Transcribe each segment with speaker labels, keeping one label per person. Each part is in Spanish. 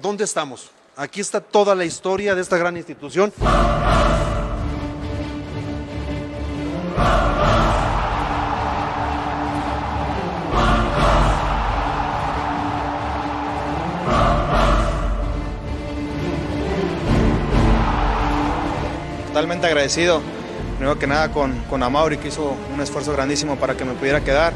Speaker 1: ¿Dónde estamos? Aquí está toda la historia de esta gran institución.
Speaker 2: Totalmente agradecido, primero que nada con, con Amauri que hizo un esfuerzo grandísimo para que me pudiera quedar.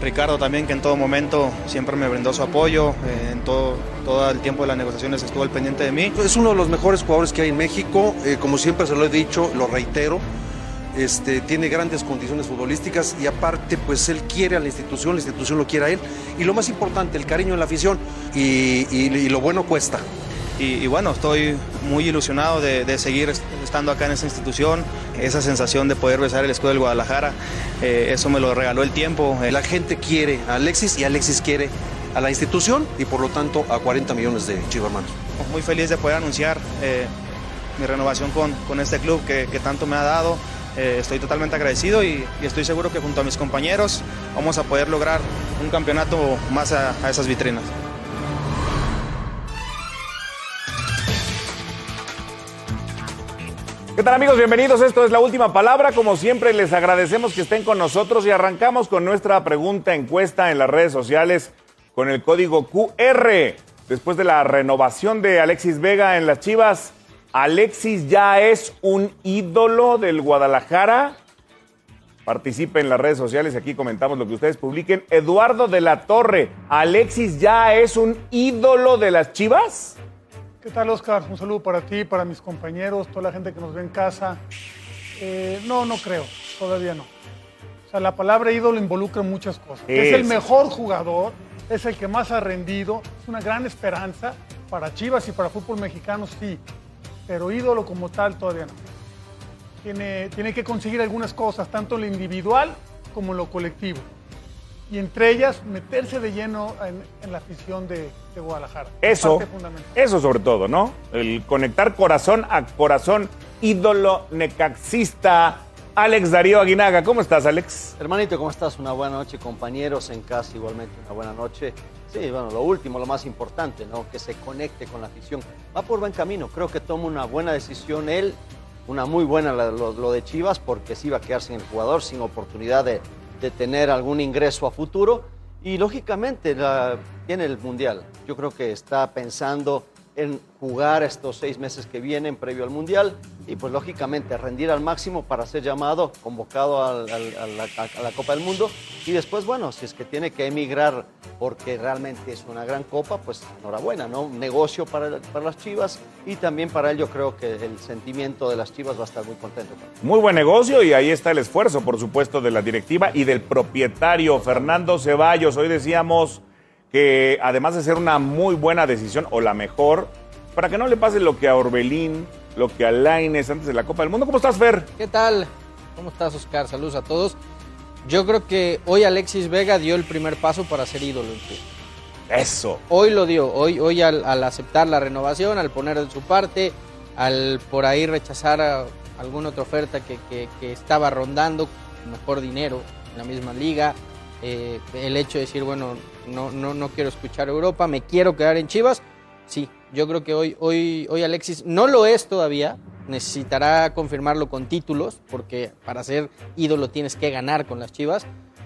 Speaker 2: Ricardo también que en todo momento siempre me brindó su apoyo, eh, en todo, todo el tiempo de las negociaciones estuvo al pendiente de mí.
Speaker 1: Es uno de los mejores jugadores que hay en México, eh, como siempre se lo he dicho, lo reitero. Este, tiene grandes condiciones futbolísticas y aparte pues él quiere a la institución, la institución lo quiere a él y lo más importante, el cariño de la afición y, y- y lo bueno cuesta.
Speaker 2: Y, y bueno, estoy muy ilusionado de, de seguir est- estando acá en esta institución, esa sensación de poder besar el escudo del Guadalajara, eh, eso me lo regaló el tiempo. eh,
Speaker 1: La gente quiere a Alexis y Alexis quiere a la institución y por lo tanto a 40 millones de chivermanos.
Speaker 2: muy feliz de poder anunciar eh, mi renovación con, con este club que, que tanto me ha dado. Eh, estoy totalmente agradecido y, y estoy seguro que junto a mis compañeros vamos a poder lograr un campeonato más a- a esas vitrinas.
Speaker 3: ¿Qué tal amigos? Bienvenidos. Esto es la última palabra. Como siempre, les agradecemos que estén con nosotros y arrancamos con nuestra pregunta encuesta en las redes sociales con el código QR. Después de la renovación de Alexis Vega en las Chivas, ¿Alexis ya es un ídolo del Guadalajara? Participe en las redes sociales y aquí comentamos lo que ustedes publiquen. Eduardo de la Torre, ¿Alexis ya es un ídolo de las Chivas?
Speaker 4: ¿Qué tal, Oscar? Un saludo para ti, para mis compañeros, toda la gente que nos ve en casa. Eh, no, no creo, todavía no. O sea, la palabra ídolo involucra muchas cosas. Es el
Speaker 3: Es.
Speaker 4: mejor jugador, es el que más ha rendido, es una gran esperanza para Chivas y para fútbol mexicano, sí. Pero ídolo como tal, todavía no. Tiene, tiene que conseguir algunas cosas, tanto en lo individual como en lo colectivo. Y entre ellas, meterse de lleno en, en la afición de, de Guadalajara.
Speaker 3: Eso,
Speaker 4: Parte fundamental.
Speaker 3: eso sobre todo, ¿no? El conectar corazón a corazón, ídolo necaxista, Alex Darío Aguinaga. ¿Cómo estás, Alex?
Speaker 5: Hermanito, ¿cómo estás? Una buena noche, compañeros en casa, igualmente una buena noche. Sí, bueno, lo último, lo más importante, ¿no? Que se conecte con la afición. Va por buen camino, creo que toma una buena decisión él, una muy buena la- lo, lo de Chivas, porque sí va a quedarse en el jugador sin oportunidad de, de tener algún ingreso a futuro. Y lógicamente la- tiene el Mundial. Yo creo que está pensando en jugar estos seis meses que vienen previo al Mundial y pues lógicamente rendir al máximo para ser llamado, convocado al- al- a, la, a la Copa del Mundo y después, bueno, si es que tiene que emigrar porque realmente es una gran copa, pues enhorabuena, ¿no? Un negocio para, para las Chivas y también para él yo creo que el sentimiento de las Chivas va a estar muy contento. con él.
Speaker 3: Muy buen negocio y ahí está el esfuerzo, por supuesto, de la directiva y del propietario Fernando Ceballos. Hoy decíamos que además de ser una muy buena decisión o la mejor, para que no le pase lo que a Orbelín, lo que a Laines antes de la Copa del Mundo. ¿Cómo estás, Fer?
Speaker 6: ¿Qué tal? ¿Cómo estás, Oscar? Saludos a todos. Yo creo que hoy Alexis Vega dio el primer paso para ser ídolo en Chivas.
Speaker 3: Eso.
Speaker 6: Hoy lo dio, hoy, hoy al, al aceptar la renovación, al poner de su parte, al por ahí rechazar a- alguna otra oferta que, que- que estaba rondando, mejor dinero en la misma liga, eh, el hecho de decir, bueno, no, no, no quiero escuchar Europa, me quiero quedar en Chivas, sí, yo creo que hoy, hoy, hoy Alexis no lo es todavía, necesitará confirmarlo con títulos, porque para ser ídolo tienes que ganar con las Chivas,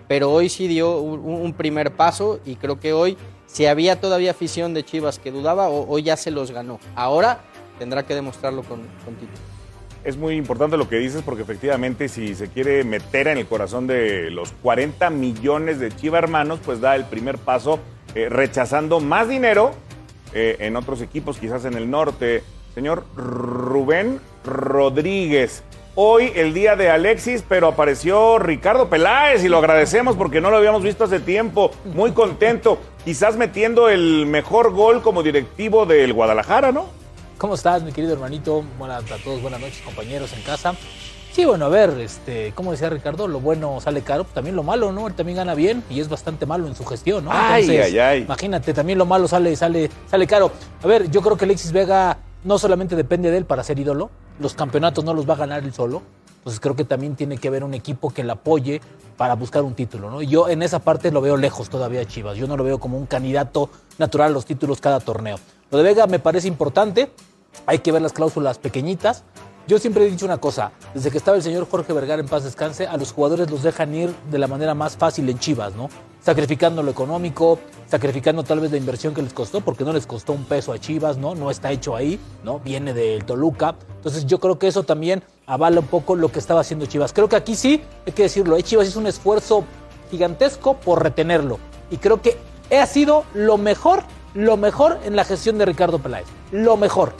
Speaker 6: pero hoy sí dio un, un primer paso y creo que hoy, si había todavía afición de Chivas que dudaba, o- hoy ya se los ganó. Ahora tendrá que demostrarlo con, con títulos.
Speaker 3: Es muy importante lo que dices porque efectivamente si se quiere meter en el corazón de los 40 millones de Chiva hermanos, pues da el primer paso eh, rechazando más dinero, eh, en otros equipos, quizás en el norte. Señor Rubén Rodríguez. Hoy el día de Alexis, pero apareció Ricardo Peláez y lo agradecemos porque no lo habíamos visto hace tiempo. Muy contento, quizás metiendo el mejor gol como directivo del Guadalajara, ¿no?
Speaker 7: ¿Cómo estás, mi querido hermanito? Buenas a todos, buenas noches, compañeros en casa. Sí, bueno, a ver, este, como decía Ricardo, lo bueno sale caro, pues también lo malo, ¿no? Él también gana bien y es bastante malo en su gestión, ¿no?
Speaker 3: Ay, ay, ay.
Speaker 7: Imagínate, también lo malo sale, sale, sale caro. A ver, yo creo que Alexis Vega no solamente depende de él para ser ídolo, los campeonatos no los va a ganar él solo. Entonces creo que también tiene que haber un equipo que le apoye para buscar un título, ¿no? Y Yo en esa parte lo veo lejos todavía a Chivas. Yo no lo veo como un candidato natural a los títulos cada torneo. Lo de Vega me parece importante. Hay que ver las cláusulas pequeñitas. Yo siempre he dicho una cosa, desde que estaba el señor Jorge Vergara en paz descanse, a los jugadores los dejan ir de la manera más fácil en Chivas, ¿no? Sacrificando lo económico, sacrificando tal vez la inversión que les costó, porque no les costó un peso a Chivas, ¿no? No está hecho ahí, ¿no? Viene del Toluca. Entonces yo creo que eso también avala un poco lo que estaba haciendo Chivas. Creo que aquí sí, hay que decirlo, ¿eh? Chivas hizo un esfuerzo gigantesco por retenerlo. Y creo que ha sido lo mejor, lo mejor en la gestión de Ricardo Peláez. Lo mejor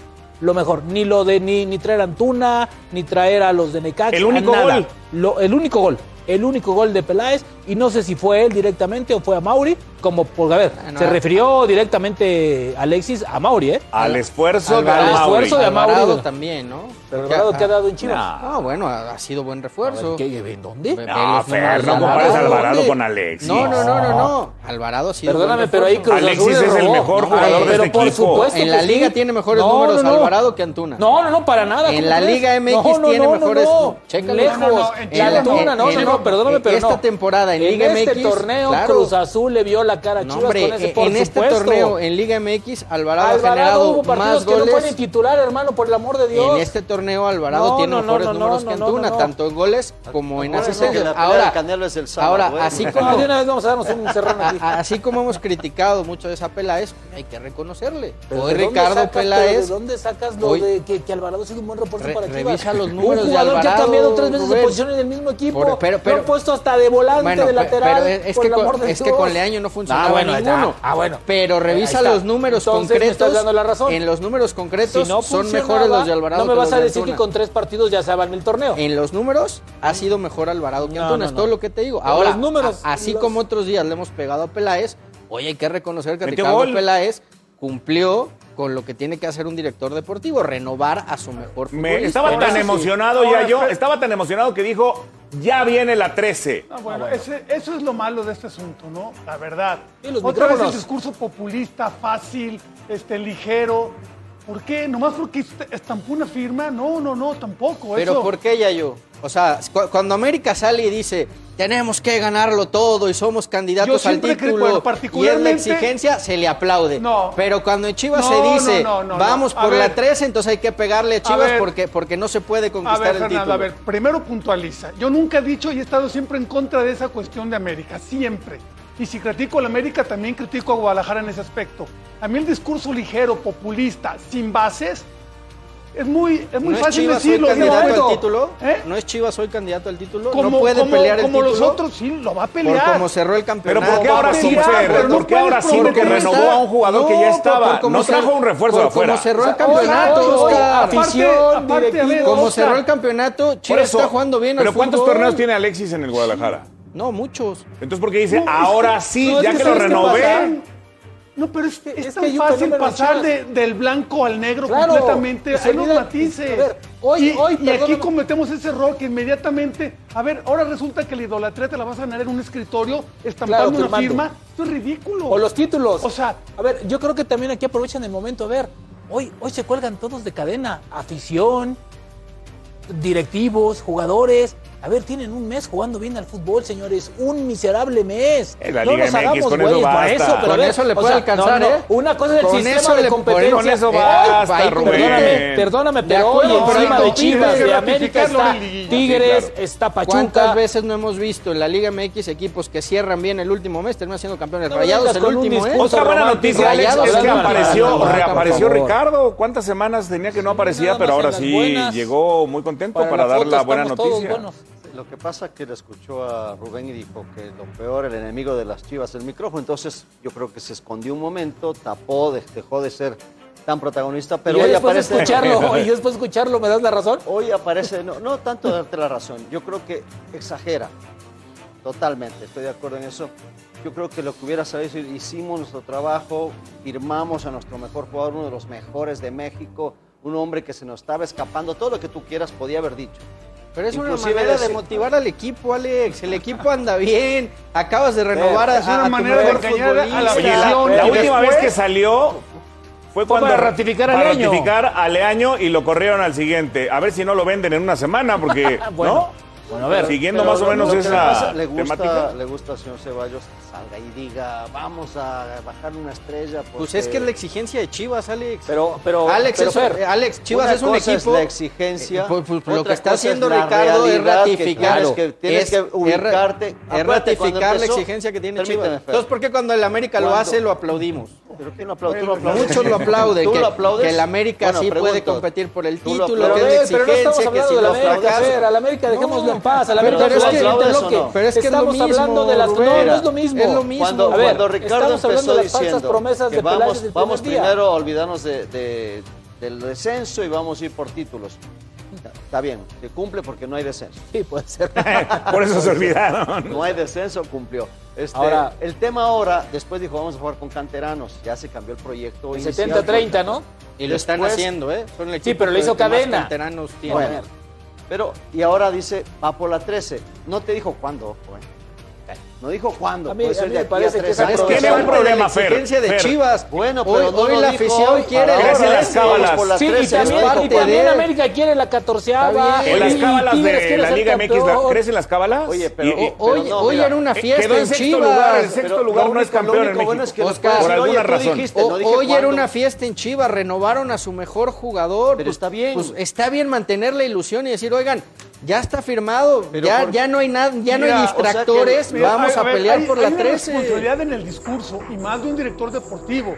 Speaker 7: lo mejor. Ni lo de ni, ni traer a Antuna, ni traer a los de Necaxa.
Speaker 3: El único
Speaker 7: nada.
Speaker 3: gol.
Speaker 7: Lo- el único gol. El único gol de Peláez. Y no sé si fue él directamente o fue a Mauri. Como, porque a ver,
Speaker 6: no,
Speaker 7: se
Speaker 6: a-
Speaker 7: refirió directamente Alexis a Mauri, ¿eh?
Speaker 3: Al esfuerzo de
Speaker 7: Alvarado.
Speaker 3: Mauri.
Speaker 7: esfuerzo de Amaury.
Speaker 6: Alvarado también, ¿no?
Speaker 7: Pero el grado que ha dado en Chivas.
Speaker 3: Nah.
Speaker 6: Ah, bueno, ha, ha sido buen
Speaker 7: A ver,
Speaker 6: refuerzo.
Speaker 7: ¿qué- ¿En dónde? Ah,
Speaker 6: Ve- ve
Speaker 3: No,
Speaker 6: los
Speaker 3: Fer,
Speaker 6: números
Speaker 3: no
Speaker 6: de
Speaker 3: compares a Alvarado
Speaker 6: ¿dónde?
Speaker 3: con Alexis.
Speaker 6: No, no, no, no, no. Alvarado ha sido
Speaker 7: Perdóname,
Speaker 6: buen
Speaker 7: pero ahí
Speaker 6: refuerzo.
Speaker 7: Cruz
Speaker 3: Alexis
Speaker 7: Azul le
Speaker 3: es el
Speaker 7: robó.
Speaker 3: mejor
Speaker 7: No,
Speaker 3: jugador de
Speaker 7: pero
Speaker 3: este
Speaker 7: por
Speaker 3: equipo.
Speaker 7: Supuesto
Speaker 6: En la
Speaker 7: que sí.
Speaker 6: liga tiene mejores números Alvarado que Antuna.
Speaker 7: No, no, no, para nada.
Speaker 6: En
Speaker 7: ¿cómo
Speaker 6: la
Speaker 7: crees?
Speaker 6: Liga MX tiene mejores- chécalo.
Speaker 7: Lejos.
Speaker 4: No, no, no, en
Speaker 7: la
Speaker 4: Chivas no,
Speaker 7: Antuna, no,
Speaker 6: en-
Speaker 7: no, no, perdóname,
Speaker 6: en
Speaker 7: pero
Speaker 6: esta
Speaker 7: no.
Speaker 6: temporada, en Liga
Speaker 7: este
Speaker 6: MX,
Speaker 7: torneo,
Speaker 6: claro.
Speaker 7: Cruz Azul le vio la cara a
Speaker 6: No,
Speaker 7: Chivas
Speaker 6: hombre,
Speaker 7: con ese,
Speaker 6: en
Speaker 7: por
Speaker 6: este
Speaker 7: supuesto.
Speaker 6: torneo en Liga MX Alvarado, ha
Speaker 7: Alvarado hubo
Speaker 6: generado más
Speaker 7: partidos que no
Speaker 6: goles.
Speaker 7: fue ni titular, hermano, por el amor de Dios.
Speaker 6: en este torneo Alvarado
Speaker 7: No,
Speaker 6: tiene
Speaker 7: no, no,
Speaker 6: mejores
Speaker 7: no, no,
Speaker 6: números
Speaker 7: no,
Speaker 6: que
Speaker 7: no,
Speaker 6: Antuna,
Speaker 7: no.
Speaker 6: tanto en goles como en
Speaker 5: Bueno,
Speaker 6: asistencias.
Speaker 5: que la pelea
Speaker 6: Ahora,
Speaker 5: del Canelo es el sábado,
Speaker 6: ahora,
Speaker 5: bueno.
Speaker 6: así
Speaker 7: No,
Speaker 6: como
Speaker 7: Ah, de una vez vamos a darnos un cerrón aquí.
Speaker 6: A- Así como hemos criticado mucho de esa Peláez, hay que reconocerle.
Speaker 7: Pero
Speaker 6: Hoy
Speaker 7: ¿de dónde
Speaker 6: Ricardo
Speaker 7: sacas- pero
Speaker 6: Peláez
Speaker 7: ¿De dónde sacas lo
Speaker 6: hoy-
Speaker 7: de que, que Alvarado ha sido un buen reporte
Speaker 6: Re-
Speaker 7: para Chivas?
Speaker 6: revisa los números
Speaker 7: Un
Speaker 6: de
Speaker 7: jugador que ha
Speaker 6: Alvarado,
Speaker 7: cambiado tres veces de
Speaker 6: Rubén.
Speaker 7: posición en el mismo equipo.
Speaker 6: Por- pero-
Speaker 7: lo
Speaker 6: pero-
Speaker 7: han puesto hasta de volante, de
Speaker 6: pe-
Speaker 7: lateral.
Speaker 6: pero es, es
Speaker 7: por
Speaker 6: que,
Speaker 7: el
Speaker 6: con,
Speaker 7: amor de
Speaker 6: es que
Speaker 7: Dios.
Speaker 6: con Leaño no funcionaba
Speaker 7: Ah, bueno, ahí está.
Speaker 6: ninguno.
Speaker 7: Ah, bueno.
Speaker 6: Pero revisa
Speaker 7: Ahí está.
Speaker 6: los números
Speaker 7: Entonces, me
Speaker 6: concretos.
Speaker 7: estás dando la razón.
Speaker 6: En los números concretos
Speaker 7: Si no
Speaker 6: son
Speaker 7: funcionaba,
Speaker 6: mejores los de Alvarado.
Speaker 7: No me
Speaker 6: que
Speaker 7: vas
Speaker 6: los
Speaker 7: a
Speaker 6: de
Speaker 7: decir que
Speaker 6: Antuna.
Speaker 7: con tres partidos ya se van el torneo.
Speaker 6: En los números ha sido mejor Alvarado que
Speaker 7: No,
Speaker 6: Antuna,
Speaker 7: no,
Speaker 6: es
Speaker 7: no.
Speaker 6: todo lo que te digo.
Speaker 7: Pero
Speaker 6: Ahora,
Speaker 7: los números,
Speaker 6: a- así
Speaker 7: los-
Speaker 6: como otros días le hemos pegado a Peláez, hoy hay que reconocer que
Speaker 3: Metió
Speaker 6: Ricardo
Speaker 3: gol.
Speaker 6: Peláez cumplió con lo que tiene que hacer un director deportivo, renovar a su mejor
Speaker 3: Me,
Speaker 6: futbolista.
Speaker 3: estaba
Speaker 6: Ahora
Speaker 3: tan
Speaker 6: sí.
Speaker 3: emocionado
Speaker 4: Ahora,
Speaker 3: ya yo,
Speaker 4: Fer-
Speaker 3: estaba tan emocionado que dijo, ya viene la 13.
Speaker 4: Ah, bueno, ese- eso es lo malo de este asunto, ¿no? La verdad.
Speaker 7: Y los
Speaker 4: Otra vez el
Speaker 7: micrófonos.
Speaker 4: discurso populista, fácil, este, ligero. ¿Por qué? ¿Nomás porque est- estampó una firma? No, no, no, tampoco.
Speaker 6: Pero
Speaker 4: eso.
Speaker 6: ¿por qué ya yo? O sea, cu- cuando América sale y dice, tenemos que ganarlo todo y somos
Speaker 4: Yo
Speaker 6: candidatos al
Speaker 4: siempre creo-
Speaker 6: título
Speaker 4: bueno,
Speaker 6: y es la
Speaker 4: particularmente-
Speaker 6: exigencia, se le aplaude.
Speaker 4: No.
Speaker 6: Pero cuando en Chivas
Speaker 4: No,
Speaker 6: se dice,
Speaker 4: no, no, no,
Speaker 6: vamos
Speaker 4: no. A
Speaker 6: por la
Speaker 4: ver.
Speaker 6: 13, entonces hay que pegarle a Chivas
Speaker 4: ver.
Speaker 6: porque, porque no se puede
Speaker 4: A
Speaker 6: conquistar
Speaker 4: ver,
Speaker 6: el
Speaker 4: Fernando,
Speaker 6: título.
Speaker 4: a ver, primero puntualiza. Yo nunca he dicho y he estado siempre en contra de esa cuestión de América, siempre. Y si critico a la América, también critico a Guadalajara en ese aspecto. A mí el discurso ligero, populista, sin bases, es muy, es muy
Speaker 6: ¿No es
Speaker 4: fácil
Speaker 6: Chivas
Speaker 4: decirlo.
Speaker 6: hoy
Speaker 4: ¿sí me
Speaker 6: candidato
Speaker 4: acuerdo?
Speaker 6: al título?
Speaker 4: ¿Eh?
Speaker 6: ¿No es Chivas hoy candidato al título?
Speaker 4: como,
Speaker 6: ¿No puede
Speaker 4: como-
Speaker 6: pelear el
Speaker 4: como
Speaker 6: título?
Speaker 4: los otros, sí, lo va a pelear.
Speaker 6: Por como cerró el
Speaker 3: Pero
Speaker 6: campeonato.
Speaker 3: ¿por qué
Speaker 4: No,
Speaker 3: ahora
Speaker 4: no,
Speaker 3: sí,
Speaker 4: no,
Speaker 3: Fer?
Speaker 4: pero no
Speaker 3: ¿Por qué ahora
Speaker 4: puedes
Speaker 3: sí? Porque
Speaker 4: prometer.
Speaker 3: renovó a un jugador que ya
Speaker 6: No,
Speaker 3: estaba.
Speaker 6: por cómo
Speaker 3: No
Speaker 6: se-
Speaker 3: trajo un refuerzo
Speaker 6: por
Speaker 3: de afuera.
Speaker 6: Cómo cerró el
Speaker 4: Oye,
Speaker 6: campeonato,
Speaker 4: oye, oye,
Speaker 6: Oscar.
Speaker 4: aparte-
Speaker 7: afición,
Speaker 4: aparte, a ver,
Speaker 7: directivos.
Speaker 6: Como
Speaker 4: Oscar,
Speaker 6: cerró el campeonato,
Speaker 3: Por
Speaker 6: Chivas
Speaker 3: eso,
Speaker 6: está jugando bien. al
Speaker 3: Pero ¿cuántos
Speaker 6: fútbol.
Speaker 3: torneos tiene Alexis en el Guadalajara?
Speaker 6: No, muchos.
Speaker 3: Entonces, ¿por qué dice,
Speaker 4: No, es
Speaker 3: ahora
Speaker 4: que-
Speaker 3: sí,
Speaker 4: no, es
Speaker 3: ya que, lo
Speaker 4: ¿sabes qué pasa?
Speaker 3: renové?
Speaker 4: No, pero es, es,
Speaker 7: Es
Speaker 4: tan
Speaker 7: que hay un
Speaker 4: fácil
Speaker 7: fenómeno en
Speaker 4: pasar de-
Speaker 7: Chivas.
Speaker 4: del blanco al negro
Speaker 7: Claro,
Speaker 4: completamente.
Speaker 7: y se
Speaker 4: Hay los
Speaker 7: olvidan-
Speaker 4: matices.
Speaker 7: a ver, hoy-
Speaker 4: y,
Speaker 7: hoy,
Speaker 4: y aquí
Speaker 7: perdóname.
Speaker 4: cometemos ese error que inmediatamente. A ver, ahora resulta que la idolatría te la vas a ganar en un escritorio estampando
Speaker 7: Claro,
Speaker 4: una
Speaker 7: firmando.
Speaker 4: firma. Esto es ridículo.
Speaker 7: O los títulos.
Speaker 4: O sea-
Speaker 7: a ver, yo creo que también aquí aprovechan el momento. A ver, hoy, hoy se cuelgan todos de cadena. Afición, directivos, jugadores. A ver, tienen un mes jugando bien al fútbol, señores. Un miserable mes.
Speaker 3: Eh, la
Speaker 7: no
Speaker 3: Liga
Speaker 7: nos
Speaker 3: MX,
Speaker 7: hagamos
Speaker 3: con eso
Speaker 7: güeyes,
Speaker 3: basta.
Speaker 7: pero a
Speaker 6: Con
Speaker 7: ver,
Speaker 6: eso le
Speaker 7: o
Speaker 6: puede
Speaker 7: sea,
Speaker 6: alcanzar,
Speaker 7: no, no,
Speaker 6: ¿eh?
Speaker 7: Una cosa es el
Speaker 6: Con
Speaker 7: sistema
Speaker 6: eso
Speaker 7: de
Speaker 6: le- con
Speaker 7: competencia.
Speaker 3: eso
Speaker 7: Eh,
Speaker 3: basta,
Speaker 7: ay,
Speaker 3: Rubén.
Speaker 7: Perdóname, perdóname,
Speaker 6: De
Speaker 7: pero
Speaker 6: acuerdo,
Speaker 7: hoy
Speaker 6: pero
Speaker 7: encima
Speaker 6: no,
Speaker 7: de
Speaker 6: tienes
Speaker 7: Chivas,
Speaker 4: que
Speaker 7: de América
Speaker 4: ratificarlo
Speaker 7: está
Speaker 4: en liguilla.
Speaker 7: Tigres,
Speaker 3: Sí, claro.
Speaker 7: está Pachuca.
Speaker 6: ¿Cuántas veces no hemos visto en la Liga MX equipos que cierran bien el último mes, terminan siendo campeones?
Speaker 7: No me
Speaker 6: Rayados
Speaker 7: vengas
Speaker 6: el
Speaker 7: con un
Speaker 6: último, ¿eh?
Speaker 7: discurso
Speaker 3: Otra buena noticia, Alex,
Speaker 6: Rayados
Speaker 3: es que
Speaker 6: gana,
Speaker 3: apareció,
Speaker 6: gana,
Speaker 3: reapareció
Speaker 6: por favor.
Speaker 3: Ricardo. ¿Cuántas semanas tenía que no aparecía?
Speaker 7: nada
Speaker 3: Pero
Speaker 7: más
Speaker 3: ahora
Speaker 7: en las
Speaker 3: sí
Speaker 7: buenas.
Speaker 3: llegó muy contento para,
Speaker 7: la
Speaker 3: dar
Speaker 7: foto
Speaker 3: la buena
Speaker 7: estamos todos
Speaker 3: noticia.
Speaker 7: buenos.
Speaker 5: Lo que pasa es que le escuchó a Rubén y dijo que lo peor, el enemigo de las chivas, es el micrófono. Entonces yo creo que se escondió un momento, tapó, de- dejó de ser tan protagonista, pero
Speaker 7: y
Speaker 5: hoy
Speaker 7: después
Speaker 5: aparece...
Speaker 7: de escucharlo, y después de escucharlo, ¿me das la razón?
Speaker 5: Hoy aparece, no, no tanto darte la razón, yo creo que exagera. Totalmente, estoy de acuerdo en eso. Yo creo que lo que hubiera sabido, hicimos nuestro trabajo, firmamos a nuestro mejor jugador, uno de los mejores de México, un hombre que se nos estaba escapando, todo lo que tú quieras podía haber dicho.
Speaker 6: Pero es una
Speaker 5: Inclusive
Speaker 6: manera de
Speaker 5: decir-
Speaker 6: motivar al equipo, Alex. El equipo anda bien. Acabas de renovar a,
Speaker 4: Es una
Speaker 6: a tu
Speaker 4: manera de
Speaker 6: mejor
Speaker 4: engañar a la
Speaker 6: futbolista.
Speaker 3: Oye, la,
Speaker 4: afición.
Speaker 3: la
Speaker 4: Y
Speaker 3: última
Speaker 4: después-
Speaker 3: vez que salió fue cuando
Speaker 7: para ratificar a
Speaker 3: para
Speaker 7: Leaño.
Speaker 3: ratificar a Leaño y lo corrieron al siguiente. A ver si no lo venden en una semana, porque
Speaker 7: Bueno,
Speaker 3: ¿no?
Speaker 7: bueno, a ver.
Speaker 3: siguiendo
Speaker 5: Pero
Speaker 3: más o
Speaker 5: lo-
Speaker 3: menos
Speaker 5: lo que le
Speaker 3: esa
Speaker 5: pasa- le gusta,
Speaker 3: temática.
Speaker 5: Le gusta al señor Ceballos que salga y diga, vamos a bajar una estrella.
Speaker 6: Pues es
Speaker 5: porque-
Speaker 6: que es la exigencia de Chivas, Alex.
Speaker 5: Pero, pero,
Speaker 6: Alex,
Speaker 5: pero,
Speaker 6: es,
Speaker 5: Fer,
Speaker 6: Alex Chivas
Speaker 5: una
Speaker 6: es un
Speaker 5: cosa
Speaker 6: equipo.
Speaker 5: la exigencia.
Speaker 6: Eh, pues, pues, lo
Speaker 5: otra
Speaker 6: que está
Speaker 5: cosa es
Speaker 6: haciendo
Speaker 5: la
Speaker 6: Ricardo es
Speaker 5: realidad que
Speaker 6: ratificar.
Speaker 5: Tienes que, tienes que
Speaker 6: es-
Speaker 5: ubicarte. Acuérdate,
Speaker 6: es
Speaker 5: cuando
Speaker 6: ratificar la
Speaker 5: empezó-
Speaker 6: exigencia que tiene
Speaker 5: Permíteme,
Speaker 6: Chivas.
Speaker 5: Fer.
Speaker 6: Entonces, ¿por qué cuando el América lo
Speaker 5: ¿Cuándo?
Speaker 6: hace lo aplaudimos?
Speaker 5: ¿Pero quién lo aplaude? ¿Tú lo aplaudes?
Speaker 6: Muchos lo aplauden.
Speaker 5: ¿Tú
Speaker 6: que,
Speaker 5: lo aplaudes?
Speaker 6: que el América
Speaker 5: Bueno,
Speaker 6: sí puede
Speaker 5: pregunto.
Speaker 6: competir por el
Speaker 5: ¿Tú lo
Speaker 6: título, que
Speaker 5: aplaudes?
Speaker 6: es la
Speaker 7: pero no estamos
Speaker 6: exigencia, que
Speaker 7: hablando
Speaker 6: si
Speaker 7: de la
Speaker 6: los
Speaker 7: América, a
Speaker 6: fracasos-
Speaker 7: ver, a la América dejémoslo en paz, a la
Speaker 6: Pero,
Speaker 7: América
Speaker 6: es que,
Speaker 7: no
Speaker 5: aplaudes
Speaker 7: lo
Speaker 5: o
Speaker 7: que-
Speaker 5: no?
Speaker 6: pero es que es lo
Speaker 7: estamos
Speaker 6: mismo,
Speaker 7: hablando de las no,
Speaker 6: Rubén.
Speaker 7: no es lo mismo.
Speaker 6: Es lo mismo.
Speaker 5: Cuando,
Speaker 7: a ver,
Speaker 5: cuando Ricardo
Speaker 7: estamos hablando
Speaker 5: empezó
Speaker 7: de las falsas
Speaker 5: diciendo
Speaker 7: promesas
Speaker 5: que
Speaker 7: de Peláez
Speaker 5: vamos,
Speaker 7: del primer
Speaker 5: vamos
Speaker 7: día.
Speaker 5: primero a olvidarnos de- de- del descenso y vamos a ir por títulos. Está- Está bien, se cumple porque no hay descenso.
Speaker 7: Sí, puede ser.
Speaker 3: Por eso se olvidaron.
Speaker 5: No hay descenso, cumplió. Este,
Speaker 7: Ahora-
Speaker 5: el tema ahora, después dijo, vamos a jugar con canteranos. Ya se cambió el proyecto.
Speaker 7: El
Speaker 5: inicial.
Speaker 7: 70-30, ¿no?
Speaker 6: Y lo están
Speaker 5: Después-
Speaker 6: haciendo, ¿eh? Son el
Speaker 7: Sí,
Speaker 6: equipo
Speaker 7: pero lo
Speaker 6: que
Speaker 7: hizo
Speaker 6: más
Speaker 7: Cadena.
Speaker 6: canteranos tiene.
Speaker 5: Bueno, pero, y ahora dice, va por la 13. No te dijo cuándo, joven. No dijo cuándo.
Speaker 7: A mí-
Speaker 5: puede
Speaker 7: a
Speaker 5: ser
Speaker 7: mí
Speaker 5: de
Speaker 7: me
Speaker 5: aquí a
Speaker 7: parece que
Speaker 5: tres
Speaker 7: esa
Speaker 5: años.
Speaker 7: Pero
Speaker 3: Tiene
Speaker 7: es
Speaker 3: un
Speaker 7: parte de
Speaker 3: problema,
Speaker 6: La exigencia
Speaker 3: Fer.
Speaker 6: de
Speaker 3: Fer,
Speaker 6: Chivas.
Speaker 5: Bueno, pero
Speaker 6: hoy,
Speaker 5: no
Speaker 6: hoy
Speaker 5: lo
Speaker 6: la
Speaker 5: dijo
Speaker 6: afición
Speaker 5: hoy,
Speaker 6: quiere
Speaker 5: ahora
Speaker 3: Gracias a las
Speaker 6: Vamos
Speaker 3: cábalas.
Speaker 6: por la
Speaker 7: Sí, y
Speaker 6: 13, es
Speaker 7: también,
Speaker 6: parte
Speaker 7: y también
Speaker 6: de-
Speaker 7: América quiere la
Speaker 6: Está
Speaker 7: catorceava.
Speaker 6: bien.
Speaker 3: En las
Speaker 7: y
Speaker 3: cábalas
Speaker 7: Tigres
Speaker 3: de
Speaker 7: quiere
Speaker 3: la
Speaker 7: ser
Speaker 3: Liga MX la-
Speaker 7: campeón.
Speaker 3: crecen las cábalas.
Speaker 5: Oye, pero-
Speaker 3: Y- y-
Speaker 5: o-
Speaker 6: Hoy,
Speaker 5: no,
Speaker 6: hoy
Speaker 5: mira,
Speaker 6: era una
Speaker 3: eh,
Speaker 6: fiesta
Speaker 3: quedó en
Speaker 6: en
Speaker 3: sexto
Speaker 6: Chivas.
Speaker 3: lugar. En
Speaker 5: Pero
Speaker 3: sexto
Speaker 5: lo
Speaker 3: lugar no es
Speaker 5: único- lo
Speaker 3: campeón en
Speaker 5: único
Speaker 3: México.
Speaker 5: bueno es que nos
Speaker 6: Oscar,
Speaker 5: puede
Speaker 3: por
Speaker 5: decir,
Speaker 3: alguna
Speaker 5: "Oye, tú
Speaker 3: razón.
Speaker 5: dijiste,
Speaker 6: O-
Speaker 5: no dije
Speaker 6: hoy era
Speaker 5: cuándo".
Speaker 6: una fiesta en Chivas, renovaron a su mejor jugador.
Speaker 5: Pero está bien.
Speaker 6: pues está bien mantener la ilusión y decir, oigan, ya está firmado,
Speaker 5: Pero
Speaker 6: ya,
Speaker 5: por-
Speaker 6: ya no hay nada, ya no
Speaker 5: Mira,
Speaker 6: hay
Speaker 5: o sea que-
Speaker 6: distractores,
Speaker 4: Mira,
Speaker 6: vamos a,
Speaker 4: ver,
Speaker 6: pelear
Speaker 4: hay-
Speaker 6: por
Speaker 4: hay
Speaker 6: la
Speaker 4: una
Speaker 6: 13.
Speaker 4: responsabilidad en el discurso y más de un director deportivo.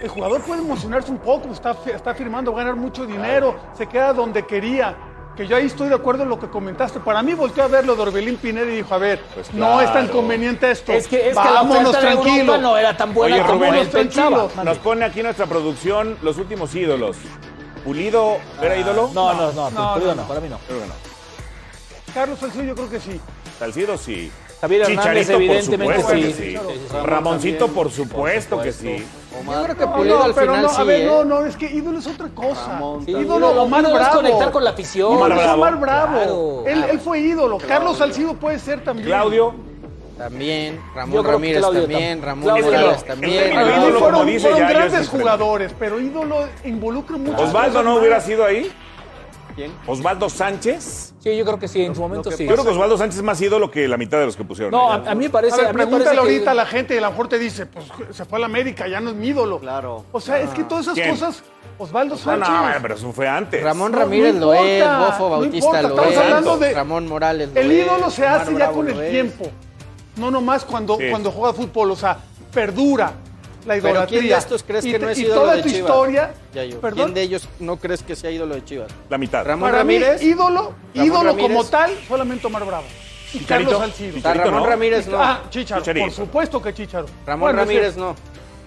Speaker 4: El jugador puede emocionarse un poco, está, fi- está firmando ganar mucho dinero, se queda donde quería. Que yo ahí estoy de acuerdo en lo que comentaste. Para mí volteó a verlo de Orbelín Pineda y dijo, a ver,
Speaker 3: Pues
Speaker 4: no es tan
Speaker 3: claro.
Speaker 4: conveniente esto.
Speaker 7: Es que, es que la
Speaker 4: Vámonos
Speaker 7: oferta de Europa
Speaker 4: tranquilo.
Speaker 7: no era tan buena
Speaker 3: Oye,
Speaker 7: como
Speaker 3: Rubén,
Speaker 7: él pensaba.
Speaker 4: tranquilo.
Speaker 3: Nos pone aquí nuestra producción los últimos ídolos. Pulido, ¿era
Speaker 5: Ah,
Speaker 3: ídolo?
Speaker 7: No, no, no,
Speaker 4: No,
Speaker 7: Pulido
Speaker 4: no,
Speaker 7: no,
Speaker 4: no.
Speaker 7: para mí no.
Speaker 3: Creo que no.
Speaker 4: Carlos Salcido yo creo que sí.
Speaker 3: Salcido sí.
Speaker 7: Javier Hernández,
Speaker 3: Chicharito,
Speaker 7: evidentemente,
Speaker 3: por supuesto
Speaker 7: sí.
Speaker 3: que
Speaker 7: Sí,
Speaker 3: sí.
Speaker 7: sí, sí.
Speaker 3: Ramoncito, por supuesto, que sí.
Speaker 6: Yo creo que
Speaker 4: No,
Speaker 6: Pulido
Speaker 4: no,
Speaker 6: al
Speaker 4: pero
Speaker 6: final
Speaker 4: no,
Speaker 6: sí,
Speaker 4: a ver,
Speaker 6: ¿eh?
Speaker 4: no, no, es que ídolo es otra cosa.
Speaker 5: Ramón,
Speaker 4: ídolo,
Speaker 7: ídolo,
Speaker 4: Omar
Speaker 7: ídolo es
Speaker 4: Bravo.
Speaker 7: conectar con la afición.
Speaker 4: Ídolo es
Speaker 3: Omar Bravo.
Speaker 4: Omar Bravo.
Speaker 7: Claro.
Speaker 4: Él, él fue ídolo. Carlos Salcido puede ser también.
Speaker 3: Claudio,
Speaker 6: También, Ramón
Speaker 7: Yo creo que
Speaker 6: Ramírez
Speaker 7: Claudio
Speaker 6: también,
Speaker 7: tam-
Speaker 6: Ramón
Speaker 7: Claudio
Speaker 6: Morales
Speaker 3: no. El
Speaker 6: también.
Speaker 3: término
Speaker 4: Para mí
Speaker 3: ídolo,
Speaker 4: fueron,
Speaker 3: como dice,
Speaker 4: fueron
Speaker 3: ya- ya es
Speaker 4: grandes
Speaker 3: diferente.
Speaker 4: jugadores, pero ídolo involucra mucho.
Speaker 3: Osvaldo no hubiera sido ahí. Osvaldo Sánchez.
Speaker 7: Sí, yo creo que sí, en su momento sí.
Speaker 3: Yo creo que Osvaldo Sánchez es más ídolo que la mitad de los que pusieron. ¿eh?
Speaker 7: No,
Speaker 3: ahí.
Speaker 7: a, a mí me
Speaker 4: A
Speaker 7: parece.
Speaker 4: ver,
Speaker 7: a mí me
Speaker 4: pregúntale
Speaker 7: parece que-
Speaker 4: ahorita a la gente y a lo mejor te dice, pues se fue a la América, ya no es mi ídolo.
Speaker 5: Claro.
Speaker 4: O sea,
Speaker 6: Ah.
Speaker 4: es que todas esas
Speaker 3: ¿Quién?
Speaker 4: cosas, Osvaldo
Speaker 3: Ah, No,
Speaker 4: Sánchez.
Speaker 3: no, pero eso fue antes.
Speaker 6: Ramón
Speaker 4: No,
Speaker 6: Ramírez
Speaker 4: no
Speaker 6: lo es,
Speaker 4: importa,
Speaker 6: Bofo
Speaker 4: no
Speaker 6: Bautista
Speaker 4: importa,
Speaker 6: lo
Speaker 4: estamos hablando
Speaker 6: es,
Speaker 4: de-
Speaker 6: Ramón Morales lo
Speaker 4: El
Speaker 6: es,
Speaker 4: ídolo se
Speaker 6: Omar
Speaker 4: hace ya
Speaker 6: Bravo
Speaker 4: con
Speaker 6: lo
Speaker 4: el
Speaker 6: es.
Speaker 4: tiempo. No nomás cuando,
Speaker 3: Sí.
Speaker 4: cuando juega fútbol, o sea, perdura la
Speaker 6: Pero
Speaker 4: idolatría.
Speaker 6: ¿quién de estos crees
Speaker 4: y,
Speaker 6: que
Speaker 4: te-
Speaker 6: no es
Speaker 4: y
Speaker 6: ídolo
Speaker 4: toda
Speaker 6: de
Speaker 4: tu
Speaker 6: Chivas?
Speaker 4: historia,
Speaker 6: Yayo,
Speaker 4: perdón,
Speaker 6: ¿Quién de ellos no crees que sea ídolo de Chivas?
Speaker 3: La mitad.
Speaker 6: Ramón
Speaker 4: para
Speaker 6: Ramírez,
Speaker 4: mí, ídolo,
Speaker 6: Ramón
Speaker 4: ídolo como
Speaker 6: Ramírez.
Speaker 4: tal, solamente Omar Bravo. Y
Speaker 3: Chicharito.
Speaker 4: Carlos Salcido.
Speaker 6: O sea,
Speaker 3: Chicharito,
Speaker 6: Ramón
Speaker 3: ¿no?
Speaker 6: Ramírez no.
Speaker 4: Ah, Chicharo,
Speaker 3: Chicharito.
Speaker 4: por supuesto que Chicharo.
Speaker 6: Ramón
Speaker 4: Bueno, es
Speaker 6: Ramírez
Speaker 4: decir,
Speaker 6: no.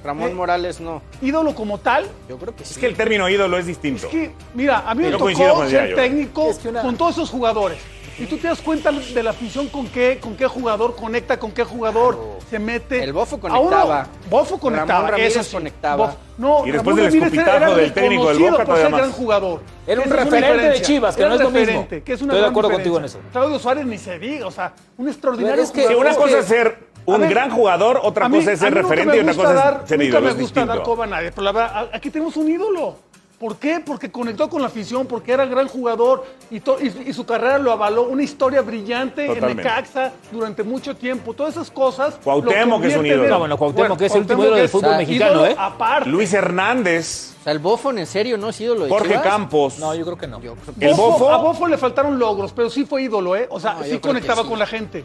Speaker 6: Ramón
Speaker 4: Eh.
Speaker 6: Morales no.
Speaker 4: ídolo como tal,
Speaker 6: Yo creo que sí.
Speaker 3: Es que el término ídolo es
Speaker 4: es
Speaker 3: distinto.
Speaker 4: que, mira, a mí me
Speaker 3: Yo coincido
Speaker 4: tocó
Speaker 3: con
Speaker 4: ser
Speaker 3: Yayo.
Speaker 4: técnico
Speaker 7: Es que una-
Speaker 4: con todos esos jugadores. Y tú te das cuenta de la afición con qué, con qué jugador conecta, con qué jugador se mete.
Speaker 6: El Bofo
Speaker 4: A uno-
Speaker 6: conectaba.
Speaker 4: Bofo conectaba.
Speaker 6: Ramón Ramírez
Speaker 4: eso sí.
Speaker 6: conectaba.
Speaker 4: No,
Speaker 3: Y después
Speaker 4: Ramón
Speaker 3: del
Speaker 4: Ramírez era-
Speaker 3: escupitajo
Speaker 4: era
Speaker 3: del técnico del
Speaker 4: reconocido
Speaker 3: Boca,
Speaker 4: por
Speaker 3: todavía
Speaker 4: ser
Speaker 3: más.
Speaker 4: gran jugador.
Speaker 7: Era un
Speaker 4: Esa es una
Speaker 7: referente de
Speaker 4: diferencia.
Speaker 7: Chivas, que
Speaker 4: Era
Speaker 7: no es lo mismo.
Speaker 4: referente, que es una
Speaker 7: Estoy de
Speaker 4: gran
Speaker 7: acuerdo contigo
Speaker 4: diferencia.
Speaker 7: en eso.
Speaker 4: Claudio Suárez ni se diga, o sea, un extraordinario
Speaker 7: es que-
Speaker 3: Sí,
Speaker 4: jugador.
Speaker 3: una
Speaker 7: Es
Speaker 3: cosa
Speaker 7: que-
Speaker 3: es ser un
Speaker 4: A ver,
Speaker 3: gran jugador, otra
Speaker 4: a mí-
Speaker 3: cosa es
Speaker 4: a
Speaker 3: ser
Speaker 4: mí nunca
Speaker 3: referente
Speaker 4: me
Speaker 3: y otra
Speaker 4: gusta
Speaker 3: cosa
Speaker 4: dar-
Speaker 3: es ser
Speaker 4: Nunca
Speaker 3: ídolo.
Speaker 4: me
Speaker 3: Es
Speaker 4: gusta dar
Speaker 3: distinto.
Speaker 4: coba a nadie, pero la verdad, a- aquí tenemos un ídolo. ¿Por qué? Porque conectó con la afición, porque era gran jugador y, to- y- y su carrera lo avaló. Una historia brillante
Speaker 3: Totalmente.
Speaker 4: en Necaxa durante mucho tiempo. Todas esas cosas. lo
Speaker 3: Cuauhtémoc, que es un
Speaker 4: convierten
Speaker 3: ídolo.
Speaker 4: en-
Speaker 3: No, bueno,
Speaker 7: Cuauhtémoc, que es el último ídolo
Speaker 4: que
Speaker 7: del
Speaker 4: es
Speaker 7: fútbol mexicano,
Speaker 4: ídolo
Speaker 7: ¿eh?
Speaker 4: Aparte.
Speaker 3: Luis Hernández,
Speaker 6: O sea, el Bofon en serio no es ídolo de
Speaker 3: Jorge
Speaker 6: Chivas.
Speaker 3: Campos.
Speaker 7: No, yo creo que no.
Speaker 6: Yo creo que
Speaker 3: El
Speaker 4: Bofo-
Speaker 3: Bofo.
Speaker 4: A Bofo le faltaron logros, pero sí fue ídolo, ¿eh? O sea,
Speaker 6: No, yo
Speaker 4: sí
Speaker 6: creo que
Speaker 4: conectaba
Speaker 6: sí.
Speaker 4: con la gente.